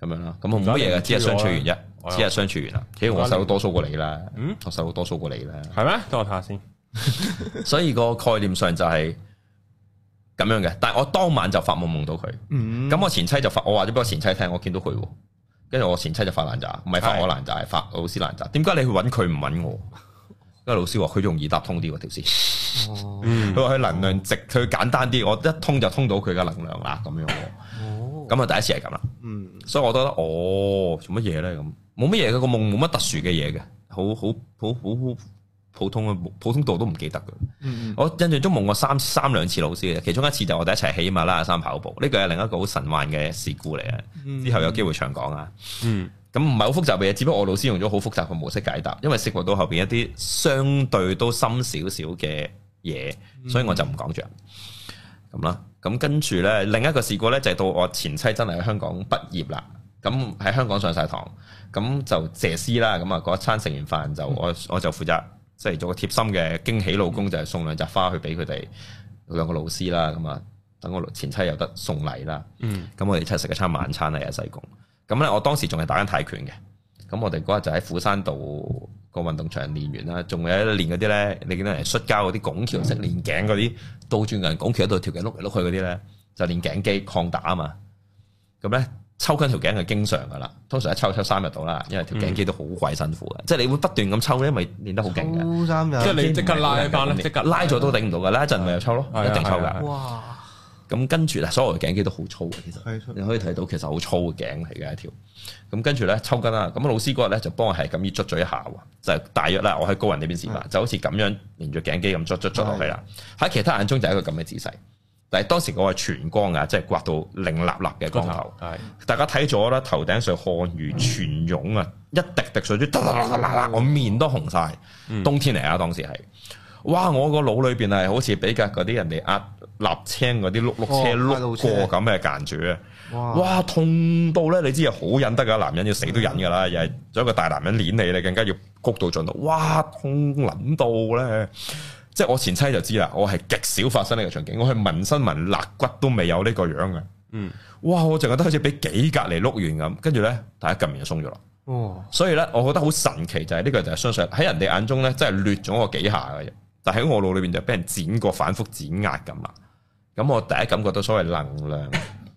咁樣啦。咁我冇乜嘢嘅，只係相處完啫，我只係相處完啦。其實我細佬多數過你啦，嗯我細佬多數過你啦，係咩？等我睇下先。所以個概念上就係咁樣嘅。但係我當晚就發夢夢到佢，嗯咁我前妻就發，我話咗俾我前妻聽，我見到佢喎，跟住我前妻就發爛渣，唔係發係我爛渣，係發老師爛渣。點解你去揾佢唔揾我？因為老師話佢容易搭通啲喎條線。哦嗯佢話佢能量值，佢簡單啲，我一通就通到佢嘅能量啦，咁樣喎。哦咁啊，第一次係咁啦，嗯所以我覺得，哦，做乜嘢咧？咁冇乜嘢嘅個夢，冇乜特殊嘅嘢嘅，好好好好好普通嘅，普通度都唔記得嘅。嗯我印象中夢過三三兩次老師嘅，其中一次就我哋一齊起馬拉雅山跑步，呢個係另一個好神幻嘅事故嚟嘅，之後有機會長講啊。嗯咁唔係好複雜嘅嘢，只不過我老師用咗好複雜嘅模式解答，因為涉及到後邊一啲相對都深少少嘅嘢，所以我就唔講住啦咁啦。咁跟住呢，另一個事故呢，就係到我前妻真係喺香港畢業啦，咁喺香港上晒堂，咁就謝師啦。咁啊，嗰一餐食完飯就我我就負責即係做個貼心嘅驚喜老公，就係送兩扎花去俾佢哋兩個老師啦。咁啊，等我前妻有得送禮啦。嗯咁我哋一齊食一餐晚餐啊嚟喺西貢。咁咧，我當時仲係打緊泰拳嘅。咁我哋嗰日就喺虎山道個運動場練完啦，仲有一練嗰啲咧，你見到人摔跤嗰啲拱橋式練頸嗰啲，倒轉個人拱橋喺度條頸碌嚟碌去嗰啲咧，就練頸肌抗打啊嘛。咁咧抽筋條頸係經常噶啦，通常一抽抽三日到啦，因為條頸肌都好鬼辛苦嗯嘅，即係你會不斷咁抽，因為練得好勁嘅。抽三日，即係你即刻拉返啦即刻拉咗都頂唔到㗎，拉一陣咪又抽咯，係啊一定抽係啊係啊。㗎哇，咁跟住咧，所有嘅頸肌都好粗嘅，其實係粗你可以睇到其實好粗嘅頸嚟嘅一條。咁跟住咧抽筋啦，咁老師嗰日咧就幫我係咁要捽咗一下喎，就係大約啦，我喺高人呢邊示範，就好似咁樣連住頸肌咁捽捽捽落去啦。喺其他眼中就係一個咁嘅姿勢，但係當時我係全光啊，即係刮到零立立個嘅光頭頭。係大家睇咗啦，頭頂上汗如泉湧啊，一滴滴水珠，嗒嗒嗒嗒嗒我面都紅晒。冬天嚟啊，當時係，哇！我個腦裏邊係好似俾架嗰啲人哋壓立青嗰啲碌碌車哦碌過咁嘅間住啊！哇哇，痛到咧，你知啊，好忍得噶，男人要死都忍噶啦，又係做一個大男人碾你，你更加要谷到盡度，哇，痛撚到咧！即係我前妻就知啦，我係極少發生呢個場景，我係紋身紋肋骨都未有呢個樣嘅。嗯哇！我淨係得好似俾幾隔離碌完咁，跟住咧，大家撳完就鬆咗啦。哇，所以咧，我覺得好神奇就係呢個就係相信喺人哋眼中咧，真係掠咗我幾下嘅啫。但喺我腦裏邊就俾人剪過，反覆剪壓咁啦。咁我第一感覺到所謂能量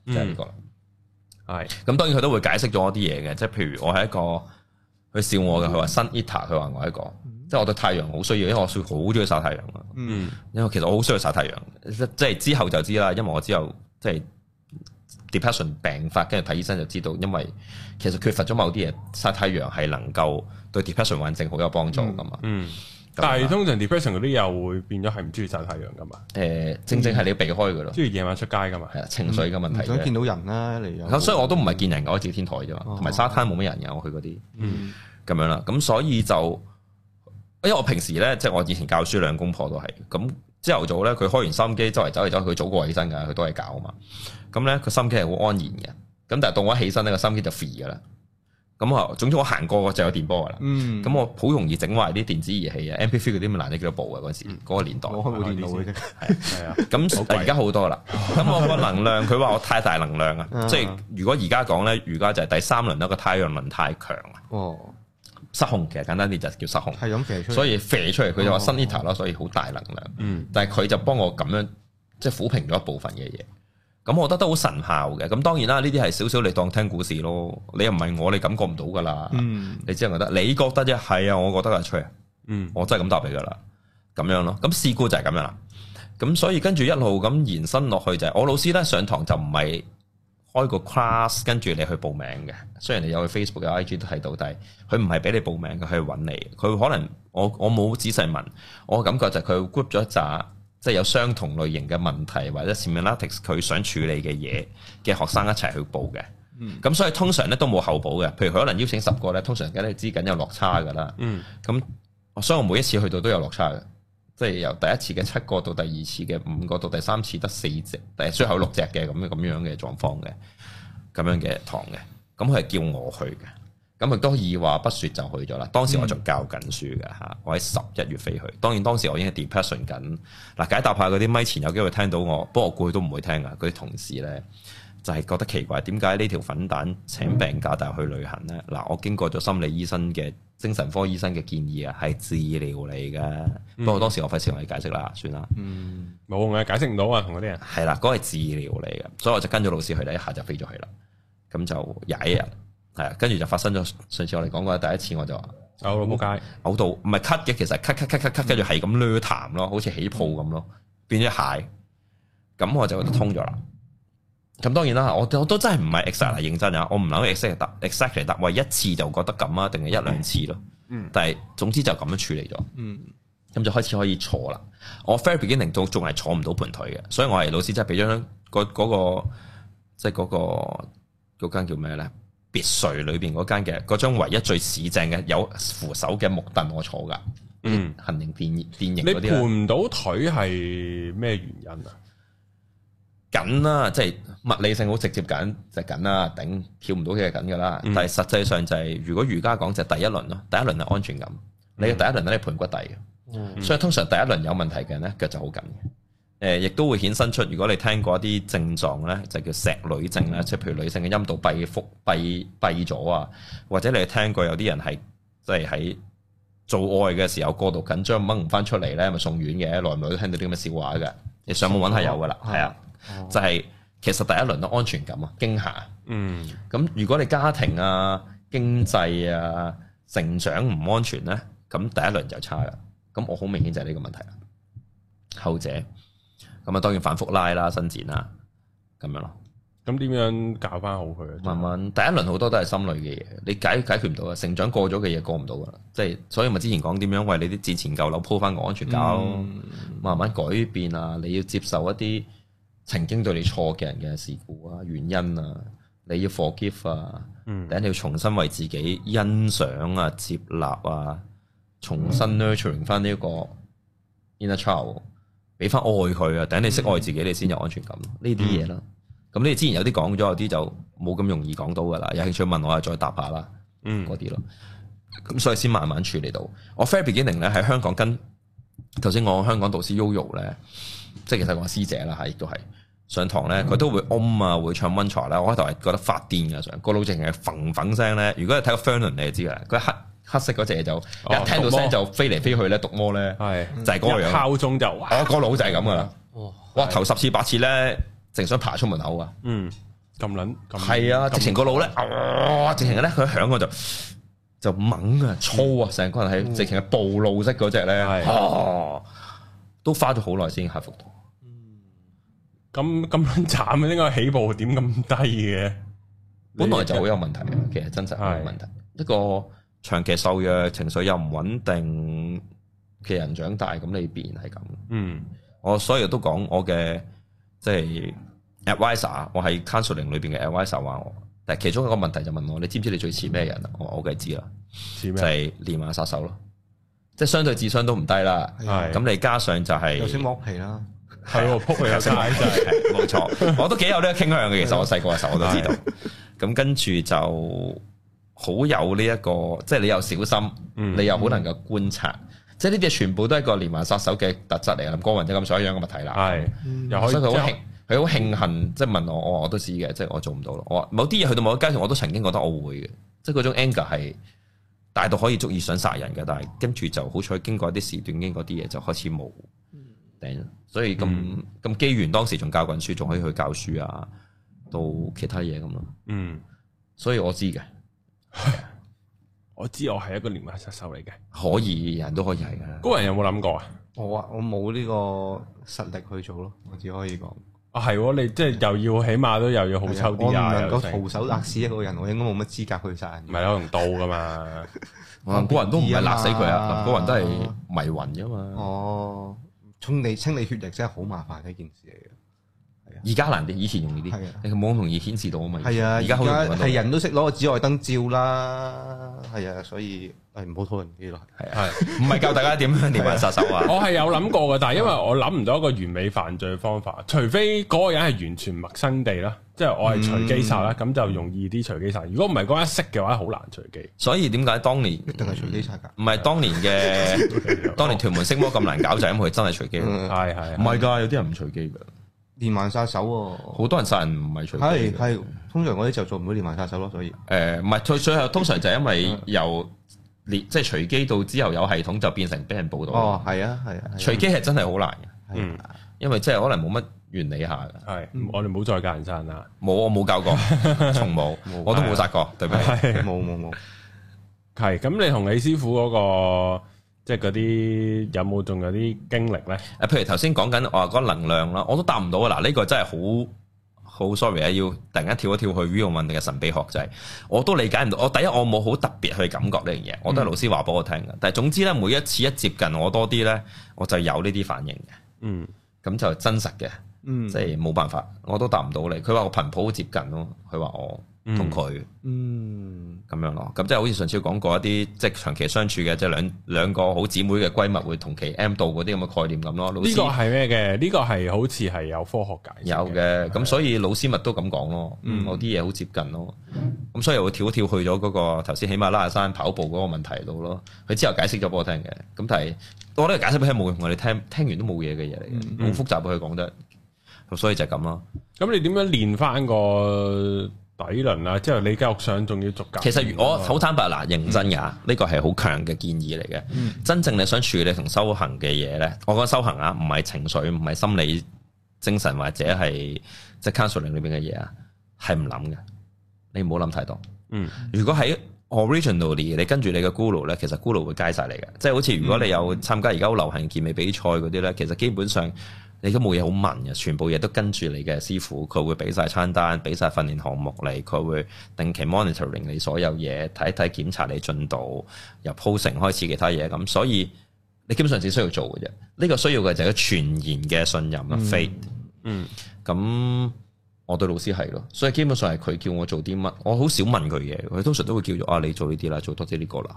就係呢個啦。係咁當然佢都會解釋咗我啲嘢嘅，即係譬如我係一個佢笑我嘅，佢話新 eater，佢話我係一個，即係我對太陽好需要，因為我好中意曬太陽啊。嗯因為其實我好需要曬太陽，即即係之後就知啦，因為我之後即係 depression 病發，跟住睇醫生就知道，因為其實缺乏咗某啲嘢，曬太陽係能夠對 depression 患症好有幫助噶嘛。啊嗯，但係通常 depression 嗰啲又會變咗係唔中意曬太陽噶嘛，誒、正正係你要避開噶咯，中意夜晚出街噶嘛，係啊，情緒嘅問嗯題唔想見啫。到人啦，嚟咁有。所以我都唔係見人嘅，我自己天台啫嘛，哦同埋沙灘冇乜人嘅，我去嗰啲。嗯咁樣啦。咁所以就，因為我平時咧，即係我以前教書兩公婆都係，咁朝頭早咧，佢開完收音機周圍走嚟走去，佢早過我起身㗎，佢都係搞啊嘛。咁咧，佢心機係好安然嘅。咁但係到我一起身咧，個心機就 free 㗎啦。咁啊，總之我行過就有電波㗎啦。嗯，咁我好容易整壞啲電子儀器啊，MP3 嗰啲咪難咗幾多部啊嗰陣時，嗰個年代。我開部電腦嘅啫，係 啊，好咁貴而家好多啦。咁我個能量，佢話我太大能量啊，嗯即係如果而家講咧，瑜伽就係第三輪啦，個太陽輪太強啊，哦，失控。其實簡單啲就叫失控。係咁射出嚟，所以以射出嚟佢就話新 ita 啦，所以好大能量。嗯但係佢就幫我咁樣即係撫平咗一部分嘅嘢。咁我覺得都好神效嘅。咁當然啦，呢啲係少少你當聽故事咯。你又唔係我，你感覺唔到噶啦。嗯，你只係覺得你覺得啫，係啊，我覺得係吹啊，嗯我真係咁答你噶啦。咁樣咯。咁事故就係咁樣啦。咁所以跟住一路咁延伸落去就係、我老師咧上堂就唔係開個 class 跟住你去報名嘅。雖然你有去 Facebook 有 IG 都睇到，但係佢唔係俾你報名嘅，佢係揾你。佢可能我我冇仔細問，我感覺就係佢 group 咗一紮即係有相同類型嘅問題或者 similarities 佢想處理嘅嘢嘅學生一齊去報嘅。嗯咁、所以通常咧都冇後補嘅。譬如佢可能邀請十個咧，通常梗係知緊有落差㗎啦。嗯咁哦所以我每一次去到都有落差嘅，即係由第一次嘅七個到第二次嘅五個到第三次得四隻，第最後六隻嘅咁樣咁樣嘅狀況嘅，咁樣嘅堂嘅，咁佢係叫我去嘅，咁亦都二話不說就去咗啦。當時我仲教緊書嘅嚇，我喺十一月飛去，當然當時我已經係 depression 緊。嗱，解答下嗰啲咪前有機會聽到我，不過我估佢都唔會聽啊噶，嗰啲同事咧。就係覺得奇怪，點解呢條粉蛋請病假但係去旅行呢？嗱，我經過咗心理醫生嘅、精神科醫生嘅建議啊，係治療嚟嘅。不過當時我費事同你解釋啦，算啦，嗯，冇我解釋唔到啊，同嗰啲人係啦，嗰係治療嚟嘅，所以我就跟咗老師去咧，一下就飛咗去啦。咁就廿一日，係啊，跟住就發生咗上次我哋講過第一次，我就話走老仆街，嘔到唔係咳嘅，其實咳咳咳咳咳，跟住係咁攣痰咯，好似起泡咁咯，變咗蟹。咁我就覺得通咗啦。咁當然啦，我我都真係唔係 exact 嚟認真啊，我唔諗 exact 答 exact 嚟答，喂一次就覺得咁啊，定係一兩次咯。嗯但係總之就咁樣處理咗，嗯，咁就開始可以坐啦。我 fair beginning 到仲係坐唔到盤腿嘅，所以我係老師真係俾張嗰嗰個即係嗰個嗰間叫咩咧？別墅裏邊嗰間嘅嗰張唯一最市正嘅有扶手嘅木凳我坐㗎。嗯。行定電電影你嗰啲啊盤啦唔到腿係咩原因啊？緊啦，即係物理性好直接緊就緊啦，頂跳唔到嘅就緊噶啦。嗯但係實際上就係、如果瑜伽講就係第一輪咯，第一輪係安全感。你嘅第一輪咧係盤骨底嘅，哦所以通常第一輪有問題嘅人咧腳就好緊嘅。誒，亦都會衍生出，如果你聽過一啲症狀咧，就叫石女症啦，即係譬如女性嘅陰道閉腹閉閉咗啊，或者你聽過有啲人係即係喺做愛嘅時候過度緊張掹唔翻出嚟咧，咪送院嘅，耐唔耐都聽到啲咁嘅笑話嘅。你上網揾係有噶啦，嗯係啊，就係其實第一輪嘅安全感啊，驚嚇啊。嗯咁如果你家庭啊、經濟啊、成長唔安全咧，咁第一輪就差啦。咁我好明顯就係呢個問題啦。後者咁啊，當然反覆拉啦、伸展啦。咁樣咯。咁點樣教翻好佢啊？慢慢第一輪好多都係心裏嘅嘢，你解解決唔到啊！成長過咗嘅嘢過唔到噶啦，即係所以咪之前講點樣為你啲戰前舊樓鋪翻個安全感，慢慢改變啊！你要接受一啲曾經對你錯嘅人嘅事故啊、原因啊，你要 forgive 啊，嗯第一你要重新為自己欣賞啊、接納啊，重新 nurturing 翻呢一個 inner child，俾翻愛佢啊！等你識愛自己，你先有安全感咯呢啲嘢啦。咁你之前有啲講咗，有啲就冇咁容易講到噶啦。有興趣問我啊，再答下啦，嗯嗰啲咯。咁所以先慢慢處理到。我 fair beginning 咧喺香港跟頭先我香港導師 Yoyo 咧，即係其實我師姐啦，係亦都係上堂咧，佢都會嗡啊，會唱温床啦。我開頭係覺得發癲嘅，上個腦淨係憤憤聲咧。如果你睇個 Fernan 你就知啦，佢黑黑色嗰只就哦一聽到毒魔聲就飛嚟飛去咧，毒魔咧係就係嗰個一樣。啊敲鐘就哇，我個腦就係咁噶啦，哇，哇頭十次八次咧，淨想爬出門口啊！嗯，咁撚咁係啊，直情個腦咧，啊直情咧佢響我就就猛啊，粗啊，成個人係直情係暴露式嗰只咧，嗯係哦，都花咗好耐先克服到。咁咁撚慘啊！呢個起步點咁低嘅，本來就好有問題嘅，其實真實好有問題。一個長期受虐、情緒又唔穩定嘅人長大，咁你必然係咁。嗯我所以都講我嘅即係 advisor，我喺 counseling 裏邊嘅 advisor 話我，但係其中一個問題就問我，你知唔知你最似咩人啊？我話我梗係知啦。似就咩？啊係連環殺手咯，即係相對智商都唔低啦。啊係咁你加上就係頭先剝皮啦，係啊喎，撲佢有大真係，冇 錯，我都幾有呢個傾向嘅。其實我細個嘅時候我都知道。咁跟住就好有呢、一個，即係你又小心，嗯你又好能夠觀察，即係呢啲全部都係一個連環殺手嘅特質嚟嘅。林過雲就咁想樣嘅物體啦，係又可以所以佢好即係，慶佢好慶幸，即係問我，我話我都知嘅，即係我做唔到咯。我話某啲嘢去到某個階段，我都曾經覺得我會嘅，即係嗰種 anger 係大到可以足以想殺人嘅，但係跟住就好彩經過一啲時段，經過啲嘢就開始冇頂，所以咁咁機緣當時仲教緊書，仲可以去教書啊，到其他嘢咁咯。嗯，所以我知嘅，我知我係一個連環殺手嚟嘅。可以人都可以係嘅。高人有冇諗過啊？我啊我冇呢個實力去做咯，我只可以講。啊係喎，你即係又要起碼都又要好抽啲啊，我唔能又夠成徒手勒死一個人，我應該冇乜資格去殺人唔。係有用刀噶嘛？林高人都唔係辣死佢啊，林我唔高人知都啊係迷魂啫嘛。哦，清理清理血液真係好麻煩嘅一件事而家難啲，以前容易啲係啊，你冇咁容易牽涉到啊嘛。嚟嘅。係啊，而而家家好容易揾到係人都識攞個紫外燈照啦。係啊，所以誒唔好討論呢啲咯。係，唔係教大家點樣連環殺手啊！我係有諗過嘅，但係因為我諗唔到一個完美犯罪方法，除非嗰個人係完全陌生地啦，即係我係隨機殺啦，咁就容易啲隨機殺。如果唔係嗰一識嘅話，好難隨機。所以點解當年一定係隨機殺㗎。唔係當年 嘅當年屯門色魔咁難搞，就係因為佢真係隨機。唔嗯係係係㗎，有啲人唔隨機㗎，連環殺手喎，好多人殺人唔係隨機係㗎。係，通常嗰啲就做唔到連環殺手咯，所以誒，唔係最最後通常就係因為由連即係隨機到之後有系統就變成俾人報到。哦係啊係啊，隨機係真係好難嘅，嗯係啊因為即係可能冇乜原理下㗎。係，我哋唔好再教人殺人啦。冇，我冇教 過，從冇，啊我都冇殺過，對唔起。 冇冇冇，係咁，你同李師傅嗰、個即係嗰啲有冇仲有啲經歷咧？誒，啊譬如頭先講緊我話嗰能量啦，我都答唔到啊！嗱，呢個真係好好 sorry 啊，要突然間跳一跳去 real 問你嘅神秘學就係、我都理解唔到。我第一我冇好特別去感覺呢樣嘢，我都係老師話俾我聽嗯嘅。但係總之咧，每一次一接近我多啲咧，我就有呢啲反應嗯嘅，咁就真實嘅，嗯即係冇辦法，我都答唔到你。佢話我頻譜好接近咯，佢話我同佢。嗯咁樣咯，咁即係好似上次講過一啲即係長期相處嘅，即係兩兩個好姊妹嘅閨蜜會同期 M 度嗰啲咁嘅概念咁咯。老呢師個係咩嘅？呢、個係好似係有科學解釋有嘅，咁所以老師咪都咁講咯，某啲嘢好接近咯，咁所以會跳一跳去咗嗰個頭先喜馬拉雅山跑步嗰個問題度咯。佢之後解釋咗俾我聽嘅，咁但係我呢個解釋俾佢冇用，我哋聽聽完都冇嘢嘅嘢嚟嘅，好複雜啊嘅佢講得，咁所以就係咁咯。咁你點樣練翻個底輪啊？之後你繼續上，仲要逐格。其實我嗯好坦白嗱，認真㗎，呢個係好強嘅建議嚟嘅。真正你想處理同修行嘅嘢咧，我講修行啊，唔係情緒，唔係心理、精神或者係即係 counseling 裏邊嘅嘢啊，係唔諗嘅。你唔好諗太多。嗯，如果喺 originally 你跟住你嘅 guru 咧，其實 guru 會街晒你嘅。即係好似如果你有參加而家好流行健美比賽嗰啲咧，其實基本上你都冇嘢好問嘅，全部嘢都跟住你嘅師傅，佢會俾晒餐單，俾晒訓練項目你，佢會定期 monitoring 你所有嘢，睇一睇檢查你進度，由 posting 開始其他嘢咁，所以你基本上只需要做嘅啫。呢、個需要嘅就係一個全然嘅信任啦，faith。嗯，咁我對老師係咯，所以基本上係佢叫我做啲乜，我好少問佢嘢，佢通常都會叫做啊你做呢啲啦，做多啲呢個啦，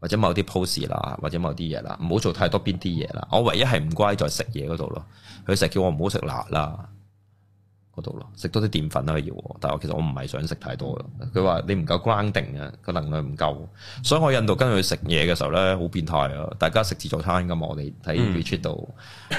或者某啲 pose 啦，或者某啲嘢啦，唔好做太多邊啲嘢啦。我唯一係唔乖在食嘢嗰度咯，佢成日叫我唔好食辣啦。嗰度咯，食多啲澱粉啦，佢要我，但係我其實我唔係想食太多咯。佢話你唔夠 grounding 啊，個能量唔夠，所以我印度跟佢食嘢嘅時候咧，好變態啊！大家食自助餐噶嘛，我哋睇 retreat 度，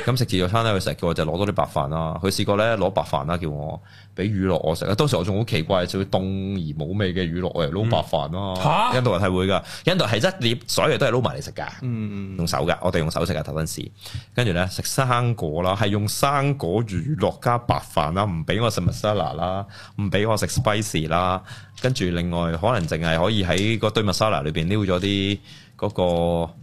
咁食自助餐咧，佢成日叫我就攞多啲白飯啦。佢試過咧攞白飯啦，叫我俾魚落我食啊。當時我仲好奇怪，就會凍而冇味嘅魚落我嚟撈白飯啊啦。嚇印度人係會噶，印度係一碟所有嘢都係撈埋嚟食㗎。嗯嗯用手噶，我哋用手食嘅頭陣時，跟住咧食生果啦，係用生果乳酪加白飯啦，唔俾我食 masala 啦，唔俾我食 spicy 啦，跟住另外可能淨係可以喺嗰堆 masala 裏邊撩咗啲嗰個。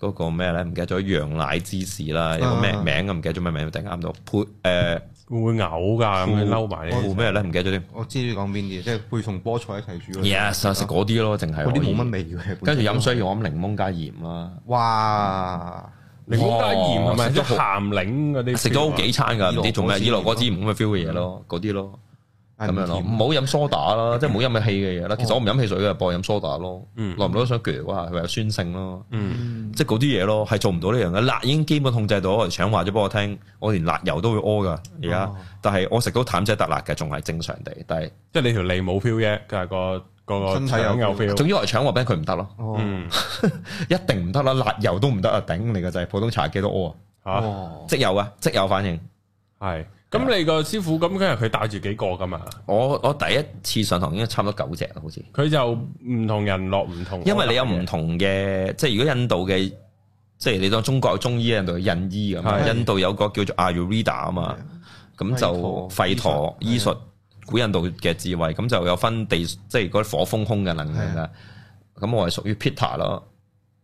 嗰個咩咧？唔記得咗羊奶芝士啦，有個咩啊名啊？唔記得咗咩名，突然間啱到配誒會唔會嘔㗎？咁樣嬲埋配你，咩咧？唔記得咗添。我知你講邊啲，即係會同菠菜一齊煮嗰啲。 Yes，啊食嗰啲咯，淨係嗯嗰啲可以冇乜。味嘅。跟住飲，水我諗檸檬加鹽啦，哇！你講加鹽係咪食即咗係鹹檸嗰啲？食咗好幾餐㗎，唔知做咩，伊伊洛洛果果子汁咁嘅 feel 嘅嘢咯，嗰啲咯。咁樣唔咯，唔甜好飲梳打啦，即係唔好飲嘅氣嘅嘢啦。其實我唔飲汽水嘅，播飲梳打咯，嗯耐唔耐都想鋸嗰下，佢話有酸性咯，嗯，即係嗰啲嘢咯，係做唔到呢樣嘅。辣已經基本控制到，我哋搶話咗俾我聽，我連辣油都會屙噶而家哦，但係我食到淡仔特辣嘅，仲係正常地，但係即係你條脷冇 feel 啫，佢係個個個身體有腸有 feel。總之我係搶話俾佢唔得咯，哦嗯，一定唔得啦，辣油都唔得啊，頂你個掣，普通茶幾都屙啊，嚇哦即有啊，即有反應。係。咁你個師傅咁，佢係佢帶住幾個㗎嘛？我我第一次上堂已經差唔多九隻啦，好似。佢就唔同人落唔同，因為你有唔，同嘅，即係如果印度嘅，即係你當中國有中醫，印度有印醫咁嘛，係印度有個叫做 Ayurveda 啊嗯嘛，咁就吠吠陀陀醫術，古印度嘅智慧，咁就有分地，即係嗰啲火風空嘅能量啦。咁我係屬於 Pitta 咯，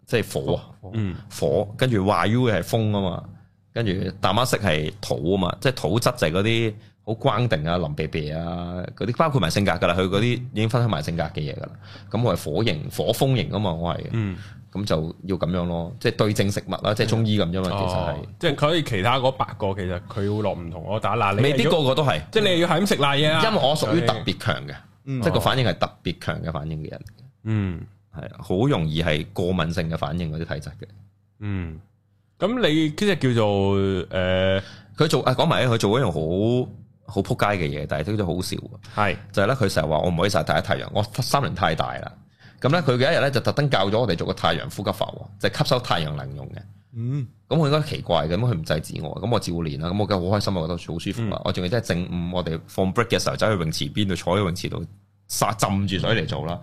即係火啊，嗯火，跟住 Vayu 係風啊嘛，跟住 Damask 係土啊嘛，即係土質就係嗰啲好關定啊、林鼻鼻啊嗰啲，包括埋性格噶啦，佢嗰啲已經分享埋性格嘅嘢噶啦。咁我係火型、火風型啊嘛，我係，嗯，咁就要咁樣咯，即係對症食物啦，即係中醫咁啫嘛，嗯其實係啊哦，即係佢其他嗰八個其實佢會落唔同我打嗱，你未必要個個都係，即係你要係咁食辣嘢啊，因為我屬於特別強嘅，嗯即係個反應係特別強嘅反應嘅人，嗯係啊好容易係過敏性嘅反應嗰啲體質嘅。嗯，咁你即係叫做呃誒佢做啊講埋咧，佢做一樣好好撲街嘅嘢，但係都好少嘅。係就係咧，佢成日話我唔可以曬第一太陽，我三輪太大啦。咁咧，佢嘅一日咧就特登教咗我哋做個太陽呼吸法喎，就係吸收太陽能用嘅。嗯咁我應該奇怪嘅，咁佢唔制止我，咁我照練啦。咁我梗係好開心，啊我覺得好舒服啦。我仲要真係正午，我哋放 break 嘅時候走去泳池邊度坐喺泳池度撒浸住水嚟做啦。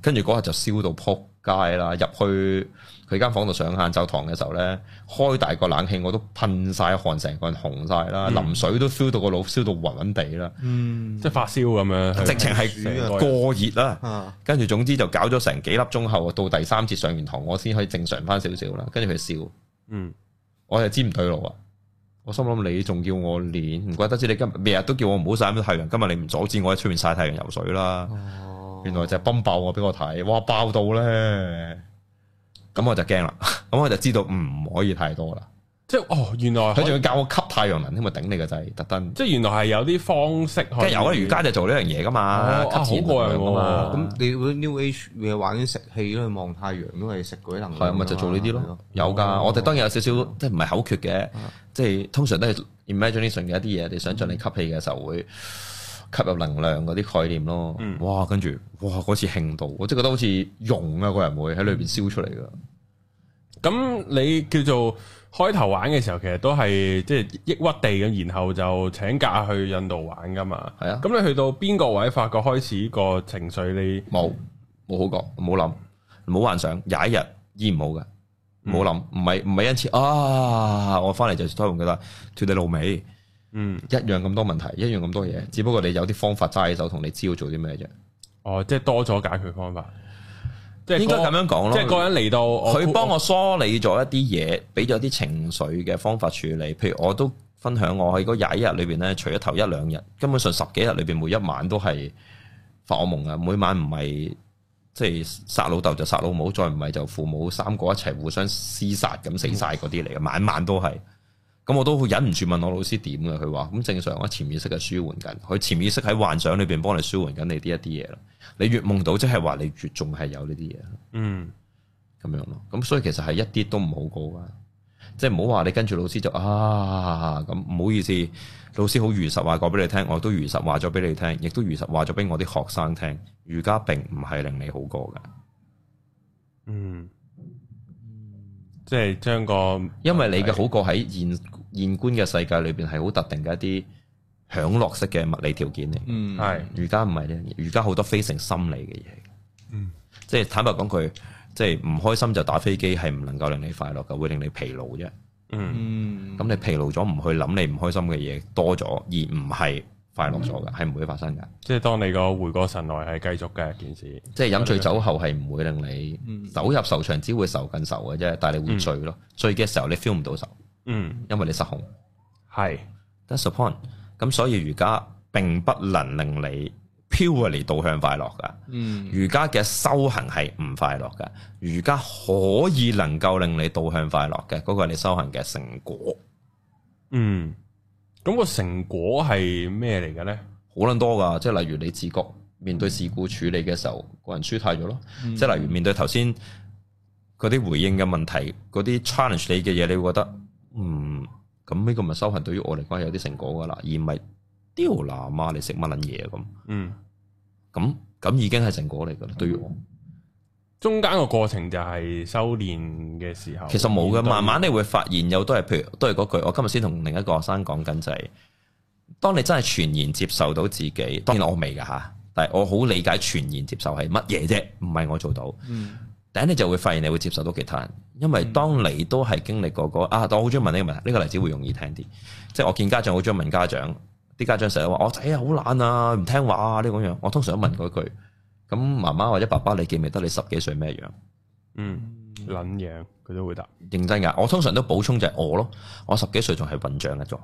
跟住嗰日就燒到撲街啦！入去佢間房度上晏晝堂嘅時候咧，開大個冷氣我都噴晒汗，成個人紅晒啦，淋水都 feel 到個腦燒到暈暈地啦。嗯即係發燒咁樣，直成情係個過熱啦，啊跟住總之就搞咗成幾粒鐘後，到第三節上完堂，我先可以正常翻少少啦。跟住佢笑，嗯我就知唔對路啊！我心諗你仲叫我練，唔怪得知你今日日日都叫我唔好曬咁太陽，今日你唔阻止我喺出面曬太陽游水啦。哦原來就係崩爆我俾我睇，哇爆到咧！咁我就驚啦， 咁我就知道唔可以太多啦。即係哦，原來佢仲要教我吸太陽能添，咪頂你個掣，特登。即係原來係有啲方式，跟住有啊啦，瑜伽就做呢樣嘢噶嘛，哦啊吸好過癮噶嘛。喎咁你嗰啲 New Age 嘢玩啲食氣咯，望太陽都係食嗰啲能量㗎係嘛。啊，咪就做呢啲係咯，有噶。我哋當然有少少，即係唔係口訣嘅，即係通常都係 imagination 嘅一啲嘢，你想像你吸氣嘅時候會吸入能量嗰啲概念咯。嗯哇，跟住哇嗰次興到，我真係覺得好似溶啊個人會喺裏邊燒出嚟噶。咁你叫做開頭玩嘅時候，其實都係即係抑鬱地咁，然後就請假去印度玩噶嘛。係啊咁你去到邊個位發覺開始個情緒你冇冇好過，冇諗，冇幻想，有一日醫唔好嘅，冇諗，唔係唔係因此啊，我翻嚟就推換佢啦，脱你老尾，嗯一樣咁多問題，一樣咁多嘢，只不過你有啲方法揸喺手，同你知道做啲咩啫。哦，即係多咗解決方法，即係應該嗰咁樣講咯即係個人嚟到，佢幫我梳理咗一啲嘢，俾咗啲情緒嘅方法處理。譬如我都分享我喺嗰廿一日裏邊咧，除咗頭一兩日，根本上十幾日裏邊每一晚都係發惡夢啊！每晚唔係即係殺老豆就殺老母，再唔係就父母三個一齊互相廝殺咁死晒嗰啲嚟嘅，晚晚都係。咁我都忍唔住問我老師點嘅，佢話：咁正常啊，潛意識係舒緩緊，佢潛意識喺幻想裏邊幫你舒緩緊你呢一啲嘢啦。你越夢到，即係話你越仲係有呢啲嘢。嗯，咁樣咯。咁所以其實係一啲都唔好過噶，即係唔好話你跟住老師就啊咁，唔好意思，老師好如實話過俾你聽，我都如實話咗俾你聽，亦都如實話咗俾我啲學生聽。瑜伽並唔係令你好過嘅，嗯，即係將個因為你嘅好過喺現現觀嘅世界裏邊係好特定嘅一啲享樂式嘅物理條件嚟。嗯，係瑜伽唔係呢樣嘢，瑜伽好多非成心理嘅嘢。嗯，即係坦白講句，即係唔開心就打飛機係唔能夠令你快樂嘅，會令你疲勞啫。嗯嗯，咁你疲勞咗，唔去諗你唔開心嘅嘢多咗，而唔係快樂咗嘅，係唔會發生嘅。即係當你個回過神來係繼續嘅件事，即係飲醉酒後係唔會令你走入愁場，只會愁更愁嘅啫。但係你會醉咯，醉嘅時候你 feel 唔到愁，嗯，因為你失控。係 That's the point。咁所以瑜伽並不能令你 purely 導向快樂㗎。嗯，瑜伽嘅修行係唔快樂嘅，瑜伽可以能夠令你導向快樂嘅，嗰、個係你修行嘅成果。嗯，咁個成果係咩嚟嘅咧？好撚多噶，即係例如你自覺面對事故處理嘅時候，個人舒泰咗咯。即係例如面對頭先嗰啲回應嘅問題，嗰啲 challenge 你嘅嘢，你會覺得嗯，咁呢個咪修行對於我嚟講係有啲成果噶啦，而唔係屌嗱媽你食乜撚嘢啊嗯，咁，咁咁已經係成果嚟噶啦，對於我。中間個過程就係修練嘅時候，其實冇嘅，面對慢慢你會發現有都係，譬如都係嗰句，我今日先同另一個學生講緊就係、當你真係全然接受到自己，當然我未㗎吓，但係我好理解全然接受係乜嘢啫，唔係我做到。嗯，第一你就會發現你會接受到其他人，因為當你都係經歷過嗰啊，我好中意問呢個問題，呢個例子會容易聽啲，即係我見家長好中意問家長，啲家長成日話我仔啊好懶啊，唔聽話啊呢咁樣，我通常都問嗰句，咁媽媽或者爸爸你記唔記得你十幾歲咩樣？嗯撚樣，佢都會答，認真噶，我通常都補充就係我咯，我十幾歲仲係混帳嘅啫，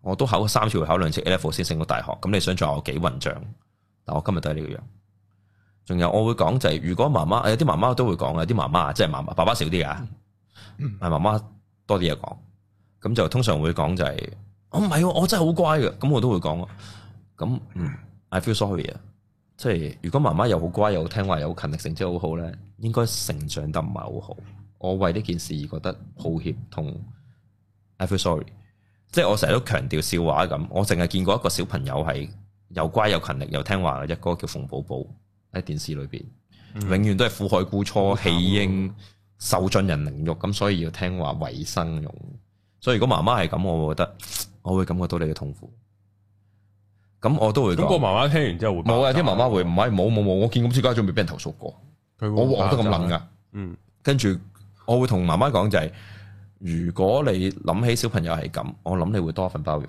我都考三次會考兩次 A level 先升到大學，咁你想象我幾混帳？但我今日都係呢個樣。仲有我會講就係、如果媽媽有啲媽媽都會講啊嘅，有啲媽媽即係媽媽爸爸少啲噶，但係媽媽多啲嘢講，咁就通常會講就係、我唔係喎，我真係好乖嘅，咁我都會講喎。咁嗯，I feel sorry 啊，即係如果媽媽又好乖又好聽話又好勤力，成績好好咧，應該成長得唔係好好。我為呢件事而覺得抱歉同 I feel sorry，即係我成日都強調笑話咁，我淨係見過一個小朋友係又乖又勤力又聽話嘅一個叫馮寶寶喺電視裏邊，嗯永遠都係苦海孤雛啊棄嬰，受盡人凌辱，咁所以要聽話為生用。所以如果媽媽係咁，我會覺得我會感覺到你嘅痛苦，咁我都會咁個講媽媽聽完之後會冇啊！啲媽媽會唔係冇冇冇，我見咁少家長未俾人投訴過，佢會我我都咁諗噶。嗯跟住我會同媽媽講就係、如果你諗起小朋友係咁，我諗你會多一份包容。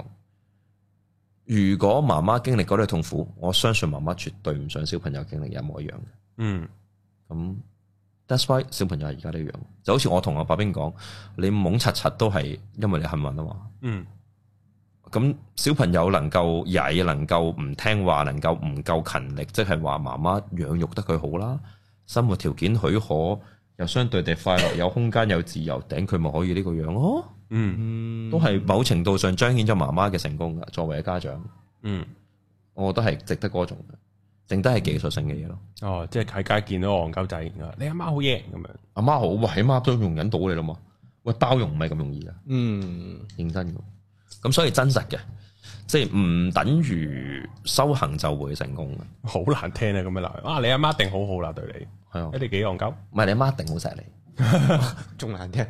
如果媽媽經歷嗰啲痛苦，我相信媽媽絕對唔想小朋友經歷一模一樣嘅。嗯咁 that's why 小朋友係而家呢樣，就好似我同阿白冰講，你懵柒柒都係因為你幸運啊嘛。嗯咁小朋友能夠曳，能夠唔聽話，能夠唔夠勤力，即係話媽媽養育得佢好啦，生活條件許可，又相對地快樂，有空間，有自由，頂佢咪可以呢個樣咯，嗯都係某程度上彰顯咗媽媽嘅成功噶。作為家長，嗯，我覺得係值得嗰種嘅，剩低係技術性嘅嘢咯。哦，即係喺街見到戇鳩仔，然後你阿媽好嘢咁樣， 阿媽好，喂，起碼都容忍到你啦嘛。喂，包容唔係咁容易噶。嗯，認真嘅。咁所以真實嘅，即係唔等於修行就會成功嘅。好難聽啊咁樣鬧人，啊你阿媽一定好好啦對係啊你，，你幾戇鳩，唔係你阿媽一定好錫你。仲難聽，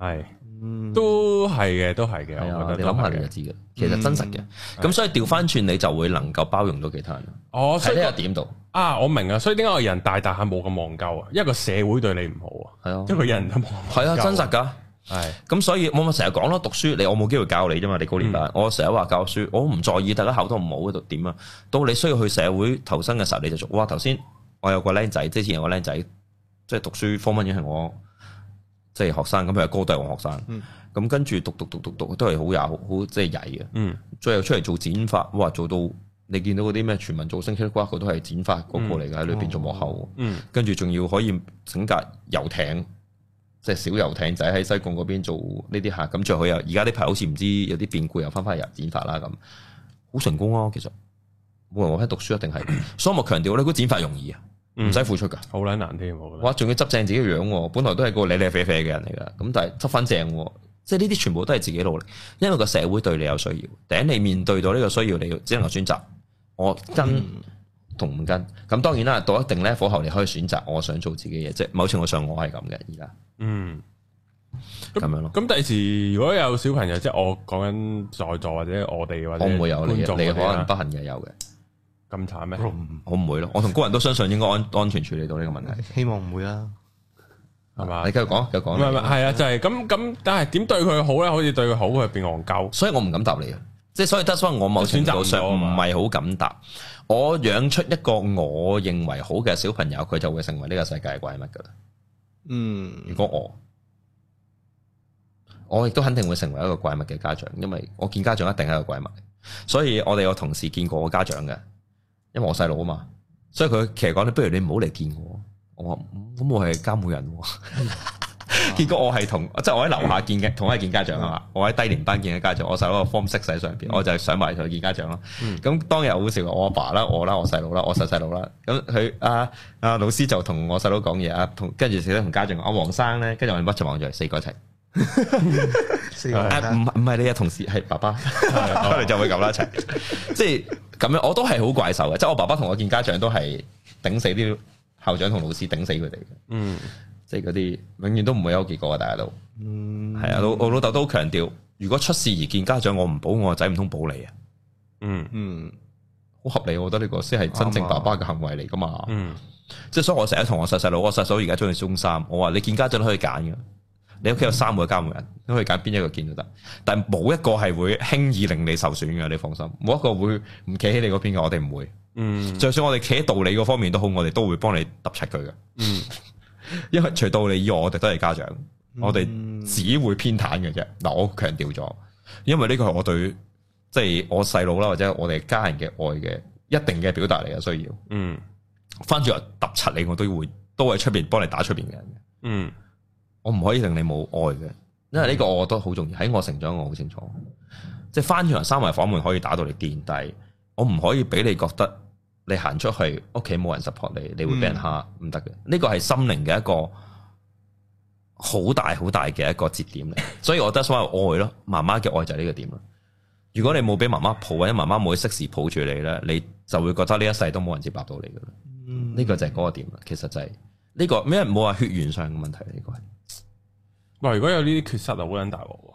係嗯，都係嘅，都係嘅，係我啊，覺你得都諗下係你就嘅。嗯知嘅，其實真實嘅。咁所以調翻轉你就會能夠包容到其他人，哦，所喺以呢個點度啊，我明啊，所以點解我人大大下冇咁戇鳩啊？因為個社會對你唔好啊，係因啊，為人都冇咁戇鳩係啊，真實㗎。係咁所以我咪成日講咯，讀書你我冇機會教你啫嘛，你高年班，我成日話教書，我唔在意大家考得唔好嗰度點啊。到你需要去社會投身嘅時候，你就做。哇！頭先我有個僆仔，之前有個僆仔，即係讀書科文已經係我即係學生，咁佢係高低王學生，咁跟住讀讀讀讀讀都係好曳，好即係曳嘅。嗯，最後出嚟做剪髮，哇！做到你見到嗰啲咩全民造星 k i 佢都係剪髮嗰個嚟嘅，喺裏邊做幕後。嗯，跟住仲要可以整架遊艇，即係小遊艇仔喺西貢嗰邊做呢啲客。咁最後又而家呢排好似唔知有啲變故，又翻返入剪髮啦咁，好成功啊！其實冇人話喺讀書一定係，所以我強調咧，嗰剪髮容易啊，唔使付出㗎。好撚難添，我覺得。哇！仲要執正自己嘅樣喎，本來都係個你你啡啡嘅人嚟噶，咁但係執翻正喎，即係呢啲全部都係自己努力，因為個社會對你有需要，頂你面對到呢個需要，你要只能夠選擇我嗯跟同唔跟。咁當然啦，到一定 level 後，你可以選擇我想做自己嘢，即係某程度上我係咁嘅，而家嗯，咁樣咯。咁第時如果有小朋友，即係我講緊在座或者我哋或者我唔會有你，你觀可眾能嗰啲啦不幸嘅有嘅，咁慘咩？我唔會咯。我同高人都相信應該安安全處理到呢個問題。希望唔會啦。係嘛？你繼續講，繼續嗯唔係唔係，講。係啊，就係咁咁，但係點對佢好咧？好似對佢好，佢變戇鳩。所以我唔敢答你啊。即係所以得翻我某程度上唔係好敢答。我養出一個我認為好嘅小朋友，佢就會成為呢個世界嘅怪物噶啦。嗯如果我，我亦都肯定會成為一個怪物嘅家長，因為我見家長一定係一個怪物。所以我哋有同事見過我家長嘅，因為我細佬啊嘛，所以佢其實講你不如你唔好嚟見我。我話嗯咁我係監護人喎，結果我係同即係我喺樓下見嘅，同一見家長啊嘛，我喺低年班見嘅家長，我細佬個 form six 喺上邊，我就係上埋同佢見家長咯。咁、當日好笑嘅，我阿爸啦，我啦，我細佬啦，我細細佬啦，咁佢啊啊老師就同我細佬講嘢啊，同跟住成日同家長講，啊我黃生咧，跟住我哋乜就望住四個一齊，四個啊唔人唔係你嘅同事係爸爸。係佢哋就會咁啦一齊，即係咁樣，我都係好怪獸嘅，即係我爸爸同我見家長都係頂死啲校長同老師，頂死佢哋嘅，嗯即係嗰啲永遠都唔會有結果嘅，大家都嗯係啊，老我老豆都好強調，如果出事而見家長，我唔保我個仔，唔通保你啊？嗯嗯好合理，我覺得呢個先係真正爸爸嘅行為嚟噶嘛。嗯即係所以我成日同我細細佬，我細細佬而家中意中三，我話你見家長都可以揀嘅，你屋企有三個監護人，你可以揀邊一個見都得，但係冇一個係會輕易令你受損嘅，你放心，冇一個會唔企喺你嗰邊嘅，我哋唔會。嗯就算我哋企喺道理嗰方面都好，我哋都會幫你揼柒佢嘅，嗯 因為除道理以外，我哋都係家長，我哋嗯只會偏袒嘅啫。嗱，我強調咗，因為呢個係我對即係我細佬啦，或者我哋家人嘅愛嘅一定嘅表達嚟嘅需要。嗯翻轉頭揼柒你，我都會都喺出邊幫你打出邊嘅人嘅，嗯我唔可以令你冇愛嘅，因為呢個我覺得好重要。喺我成長，我好清楚，即係翻轉頭閂埋房門可以打到你癲，但係我唔可以俾你覺得你行出去屋企冇人 support 你，你會俾人蝦，唔得嘅。呢個係心靈嘅一個好大好大嘅一個節點嚟，所以我覺得所謂愛咯，媽媽嘅愛就係呢個點咯。如果你冇俾媽媽抱，或者媽媽冇適時抱住你呢，你就會覺得呢一世都冇人接納到你噶啦。嗯呢個就係嗰個點啦。其實就係呢個，咩冇話血緣上嘅問題，呢個係哇！如果有呢啲缺失啊，好撚大鑊喎。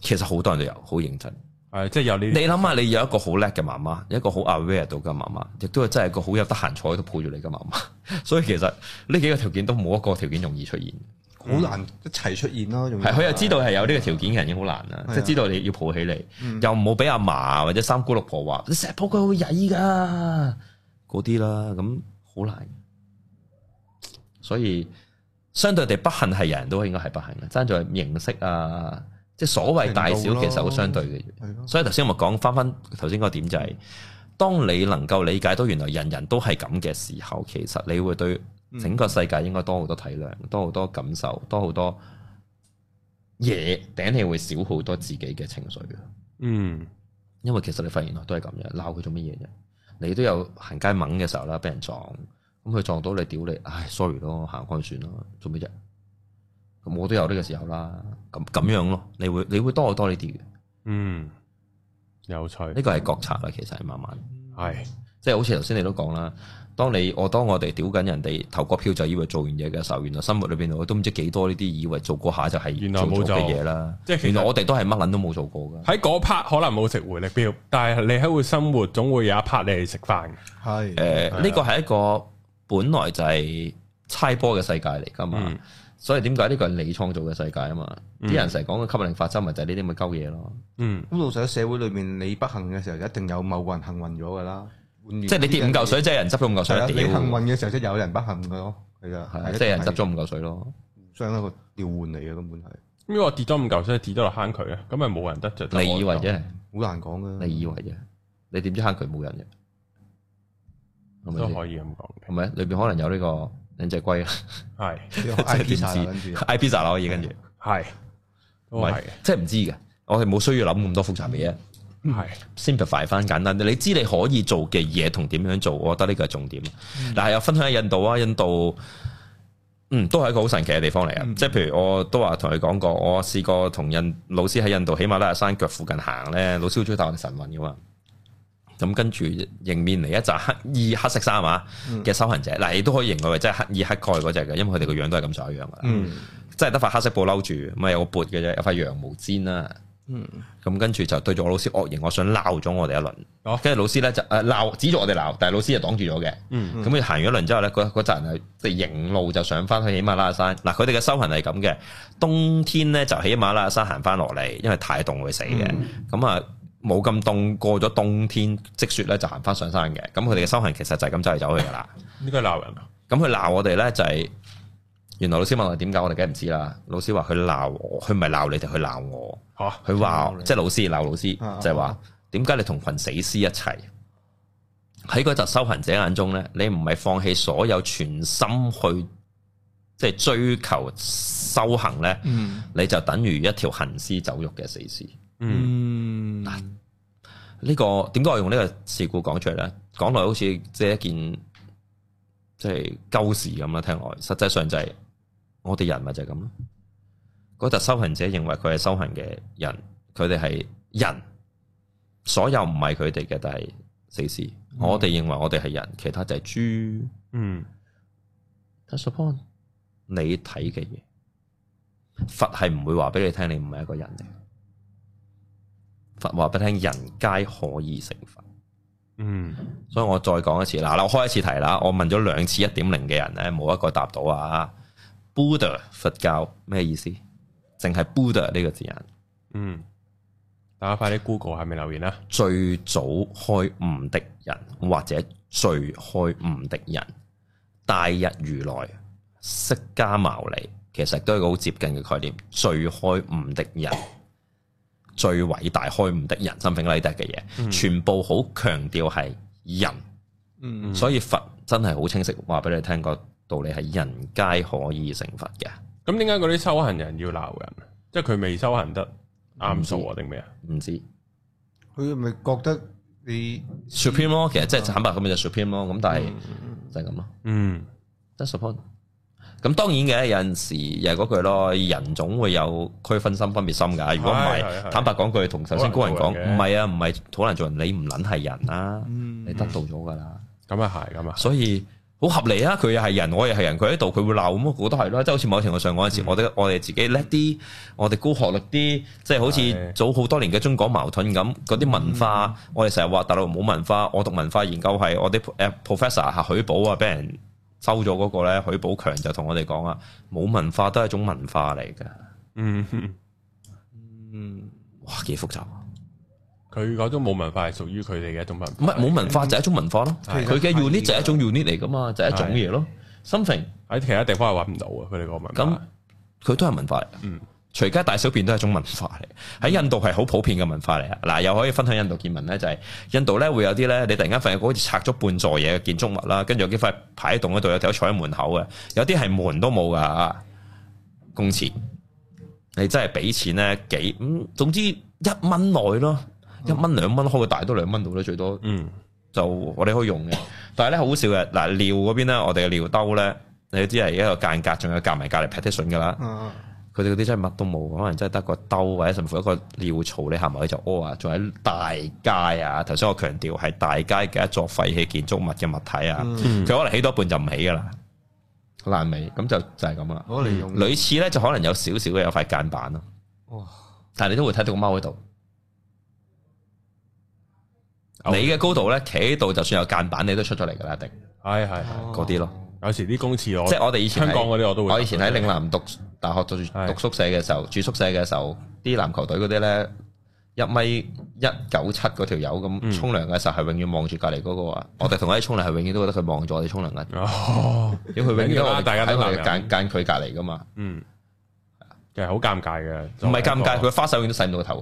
其實好多人都有，好認真。係即係嗯有呢你啲。諗下，你有一個好叻嘅媽媽，有一個好 aware 到嘅媽媽，亦都係真係一個好有得閒坐喺度抱住你嘅媽 媽。所以其實呢幾個條件都冇一個條件容易出現。好難一齊出現咯，仲要係佢又知道係有呢個條件嘅人已經好難啦，嗯係啊即係知道你要抱起嗯你，又唔好俾阿嫲或者三姑六婆話你成日抱佢會曳噶嗰啲啦，咁好難。所以相對地不幸係人都應該係不幸嘅，爭在形式啊，即係所謂大小程度咯其實好相對嘅。係咯，所以頭先我咪講翻翻頭先嗰個點就係、當你能夠理解到原來人人都係咁嘅時候，其實你會對整個世界應該多好多體諒，多好多感受，多好多嘢，頂你會少好多自己嘅情緒嘅。嗯因為其實你發現原來都係咁樣，鬧佢做乜嘢啫？你都有行街猛嘅時候啦，俾人撞，咁佢撞到你屌你，唉，sorry 咯，行開算咯，做乜啫？咁我都有呢個時候啦，咁咁樣咯，你會你會多好多呢啲嘅，嗯，有趣呢個係覺察啦，其實係慢慢。係即係好似頭先你都講啦，當你我當我哋屌緊人哋投個票就以為做完嘢嘅時候，原來生活裏邊我都唔知幾多呢啲以為做過下就係原來做冇咗嘅做嘢啦。即係其實原來我哋都係乜撚都冇做過噶。喺嗰 part 可能冇食回力鏢，但係你喺會生活總會有一 part 你係食飯嘅。係嗯誒，呃啊呢個係一個本來就係猜波嘅世界嚟噶嘛，嗯所以點解呢個係你創造嘅世界啊嘛？啲、人成日講嘅吸引力法則咪就係呢啲咁嘅鳩嘢咯。嗯咁老實喺社會裏面，你不幸嘅時候，一定有某個人幸運咗㗎啦。即即係你跌五嚿，水，即係人執咗五嚿係啊水，你屌幸運嘅時候，即係有人不幸嘅咯。係啊係啊，即係人執咗五嚿水咯。相一個調換嚟嘅根本係因為我跌咗五嚿水，跌咗落坑渠啊，咁咪冇人得着。就你以我為就啫，好難講嘅。你以為啫，你點知坑渠冇人嘅？係咪都先？可以咁講係咪？裏邊可能有呢個靚仔龜啊 啦嘅，係你真係 I 點 P 查啦跟住 知？I P 咋啦可以跟住，係都唔係係即係唔知嘅。我哋冇需要諗咁多複雜嘅嘢係，simplify 翻簡單啲。你知你可以做嘅嘢同點樣做，我覺得呢個係重點。但係有分享喺印度啊，印度嗯都係一個好神奇嘅地方嚟嘅。即係譬如我都話同佢講過，我試過同印老師喺印度喜馬拉雅山腳附近行咧，老師好中意帶我哋晨運噶嘛。咁跟住迎面嚟一紮黑衣黑色衫啊嘅修行者，嗱亦都可以形容為即係黑衣黑蓋嗰只嘅，因為佢哋個樣都係咁上下樣噶啦，嗯即係得塊黑色布褸住，咁啊有個缽嘅啫，有塊羊毛氈啦，嗯咁跟住就對住我老師惡形惡相鬧咗我哋一輪哦，跟住、老師咧就誒鬧、指住我哋鬧，但係老師就擋住咗嘅。嗯咁佢行咗一輪之後咧，嗰嗰陣係即係迎路就上翻去喜馬拉雅山。嗱，佢哋嘅修行係咁嘅，冬天咧就喜馬拉雅山行翻落嚟，因為太凍會死嘅。嗯咁啊冇咁凍，過咗冬天積雪咧就行翻上山嘅。咁佢哋嘅修行其實就係咁走嚟走去噶啦。呢個鬧人啊，咁佢鬧我哋咧就係、原來老師問我點解，我哋梗係唔知啦。老師話佢鬧我，佢唔係鬧你哋，佢鬧我。嚇佢話鬧你即係老師鬧老師，啊就係話點解你同群死屍一齊？喺嗰集修行者眼中咧，你唔係放棄所有全心去即係追求修行咧，嗯你就等於一條行屍走肉嘅死屍。嗯嗯，呢、個點解我用呢個事故講出嚟咧？講落好似即係一件即係鳩事咁啦，聽落去，實際上就係、我哋人咪就係咁咯。嗰集修行者認為佢係修行嘅人，佢哋係人，所有唔係佢哋嘅，但係死屍。我哋認為我哋係人，其他就係豬。嗯 That's the point。你睇嘅嘢，佛係唔會話俾你聽，你唔係一個人嚟。佛話俾你聽，人皆可以成佛。嗯所以我再講一次，嗱，我開一次題啦，我問咗兩次一點零嘅人咧，冇一個答到啊。Buddha 佛教咩意思？淨係 Buddha 呢個字眼，嗯，大家快啲 Google 下面留言啊啦，最早開悟的人或者最開悟的人，大日如來、釋迦牟尼，其實都係一個好接近嘅概念。最開悟的人，最偉大開悟的人，something like that 嘅嘢，全部好強調係人。嗯所以佛真係好清晰話俾你聽個道理係人皆可以成佛嘅，咁點解嗰啲修行人要鬧人？即係佢未修行得啱數啊，定咩啊？唔知佢咪覺得你 supreme 咯，其實即係坦白咁就 supreme 咯，咁但係就係咁咯嗯， ，that's the point。咁當然嘅，有陣時又係嗰句咯，人總會有區分心、分別心㗎。如果唔係係係係，坦白講句，同首先高人講，好難做人嘅唔係啊，唔係好難做人，你唔撚係人啦，嗯你得到咗㗎啦。咁啊係，咁啊係，所以好合理啊！佢又係人，我又係人，佢喺度佢會鬧咁，我覺得係啦。即係好似某程度上嗯嗰陣時，我哋我哋自己叻啲，我哋高學歷啲，即係好似係早好多年嘅中港矛盾咁，嗰啲文化，我哋成日話大陸冇文化，我讀文化研究係我啲誒 professor 係許寶啊，俾人收咗嗰個咧，許寶強就同我哋講啊，冇文化都係一種文化嚟㗎。嗯，嗯哇，幾複雜啊！佢嗰種冇文化係屬於佢哋嘅一種文化，唔係冇文化就係一種文化咯，係佢嘅係 unit 就係一種 unit 嚟㗎嘛，就係一種嘢咯，something。喺其他地方係揾唔到啊嘅，佢哋個文咁化。佢都係文化嚟。嗯，隨街大小便都係一種文化嚟，喺印度係好普遍嘅文化嚟啊！嗱，又可以分享印度見聞咧，就係、印度咧會有啲咧，你突然間發現好似拆咗半座嘢嘅建築物啦，跟住有幾塊牌喺度嗰度，有條友坐喺門口嘅，有啲係門都冇噶，公廁，你真係俾錢咧幾嗯，總之一蚊內咯，一蚊兩蚊開個大都兩蚊到啦，最多嗯，就我哋可以 用嘅。但係咧好少嘅，嗱尿嗰邊咧，我哋嘅尿兜咧，你都知係一個間隔，仲有夾埋隔離 petition 噶啦。啊佢哋嗰啲真係乜都冇，可能真係得個兜或者甚至乎一個尿槽，你行埋去就屙啊！仲喺大街啊，頭先我強調係大街嘅一座廢棄建築物嘅物體啊，佢、可能起多一半就唔起噶啦，爛尾咁就就係咁啦。攞嚟用類似咧就可能有少少嘅有塊間板咯，哇但係你都會睇到個貓喺度。你哦嘅高度咧，企喺度就算有間板，你都出咗嚟噶啦，一定係係係，嗰啲咯。有時啲公廁我哦即係我哋以前哦喺香港嗰啲我都會，我以前喺嶺南讀大學住係讀宿舍嘅時候，住宿舍嘅時候，啲籃球隊嗰啲咧一米一九七嗰條友嗯咁沖涼嘅時候係永遠望住隔離嗰個啊！我哋同佢一沖涼係永遠都覺得佢望住我哋沖涼緊，哦，因為佢永遠明都㗎啦 大家喺都我哋男人間間佢隔離噶嘛，嗯，其實好尷尬嘅，唔係尷尬，作為一個佢花灑永遠都洗唔到個頭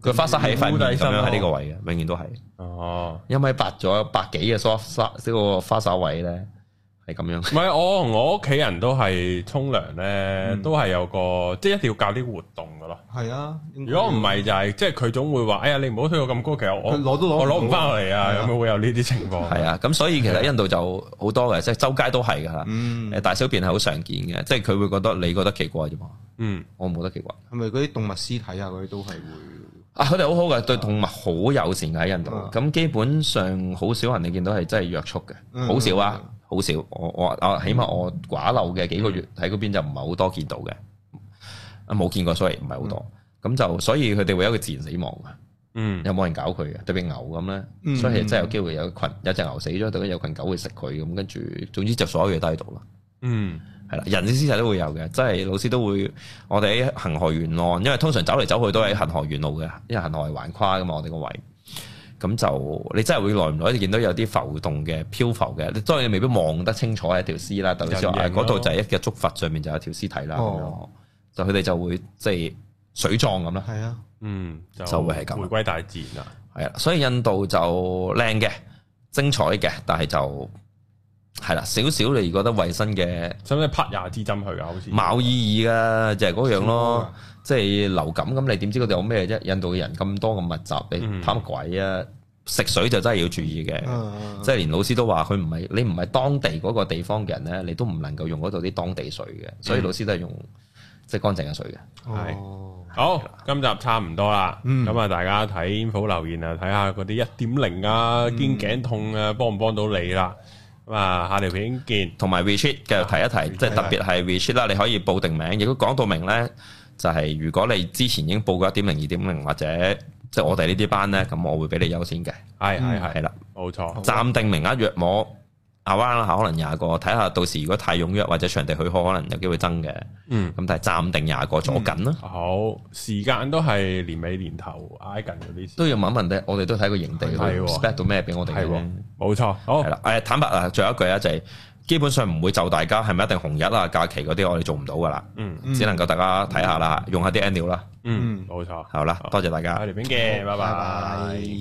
噶，佢花灑係塊面咁啊樣喺呢個位嘅，永遠都係哦。一米八咗百幾嘅梳沙呢個花灑位咧係咁樣，唔係，我同我屋企人都係沖涼嗯咧，都係有個即係一定要搞啲活動噶咯。係啊，應 該如果唔係就係即係佢總會話：哎呀，你唔好推我咁高，其實我佢攞都攞唔我攞唔到翻嚟啊！係啊咁樣會有呢啲情況。哦係啊，咁所以其實印度就好多嘅，即係周街都係噶啦，嗯誒大小便係好常見嘅，即係佢會覺得你覺得奇怪啫嘛，嗯，我唔覺得奇怪。係咪嗰啲動物屍體啊嗰啲都係會啊！佢哋好好嘅，對動物好友善嘅喺印度。啊咁、基本上好少人你見到係真係約束嘅，嗯好少啊，好少。我我啊，起碼我寡漏嘅幾個月嗯喺嗰邊就唔係好多見到嘅，啊冇見過，所以唔係好嗯多。咁就所以佢哋會有一個自然死亡嘅，嗯，有冇人搞佢嘅？特別牛咁咧，嗯所以真係有機會有嗯群有隻牛死咗，突然有群狗會食佢咁，跟住總之就所有嘢都喺度啦。嗯，係啦，人嘅屍體都會有嘅，即係老師都會，我哋喺恒河沿岸，因為通常走嚟走去都喺恒河沿路嘅，因為恒河係橫跨噶嘛，我哋個位，咁就你真係會耐唔耐就見到有啲浮動嘅、漂浮嘅，你當然你未必望得清楚係一條屍啦，但係你知道人啊形咯嗰度就係一隻竹筏上面就有條屍體啦，咁樣哦就佢哋就會即係水葬咁啦，係啊，嗯，就就會係咁回歸大啊自然啦。係啦，所以印度就靚嘅、精彩嘅，但係就係啦，少少你覺得衞生嘅。使唔使拍廿支針去啊？好似冇意義噶，就係嗰樣咯。即係流感咁，你點知嗰度有咩啫？印度嘅人咁多咁密集，嗯你貪鬼啊！食水就真係要注意嘅，嗯即係連老師都話佢唔係你唔係當地嗰個地方嘅人咧，你都唔能夠用嗰度啲當地水嘅，所以老師都係用即係乾淨嘅水嘅。係哦好，今集差唔多啦。嗯咁啊，大家睇煙火留言啊，睇下嗰啲一點零啊、肩頸痛啊，幫唔幫到你啦？咁啊，下條片見。同埋 retreat 啊嘅提一提，即係特別係 retreat 啦，你可以報定名，亦都講到明呢，就係如果你之前已經報過一點零、二點零或者即係我哋呢啲嗯班呢，咁我會俾你優先嘅，係係係係啦。冇錯。暫定名額約摸亞灣啦，可能廿個，睇下到時如果太踴躍或者場地許可，可能有機會增嘅。嗯，咁但係暫定廿個左緊啦，好，時間都係年尾年頭挨近嗰啲時，都要問問咧，我哋都睇個營地係去喎 spec 到咩俾我哋係嘅喎哦咧。，冇錯。好係，啦，誒坦白啊，仲有一句啊，就係基本上唔會就大家係咪一定紅日啊、假期嗰啲，我哋做唔到噶啦，嗯只能夠大家睇下啦，用下啲 annual 啦，嗯，嗯冇錯。好啦，多謝大家我。哋邊嘅，拜拜拜。拜。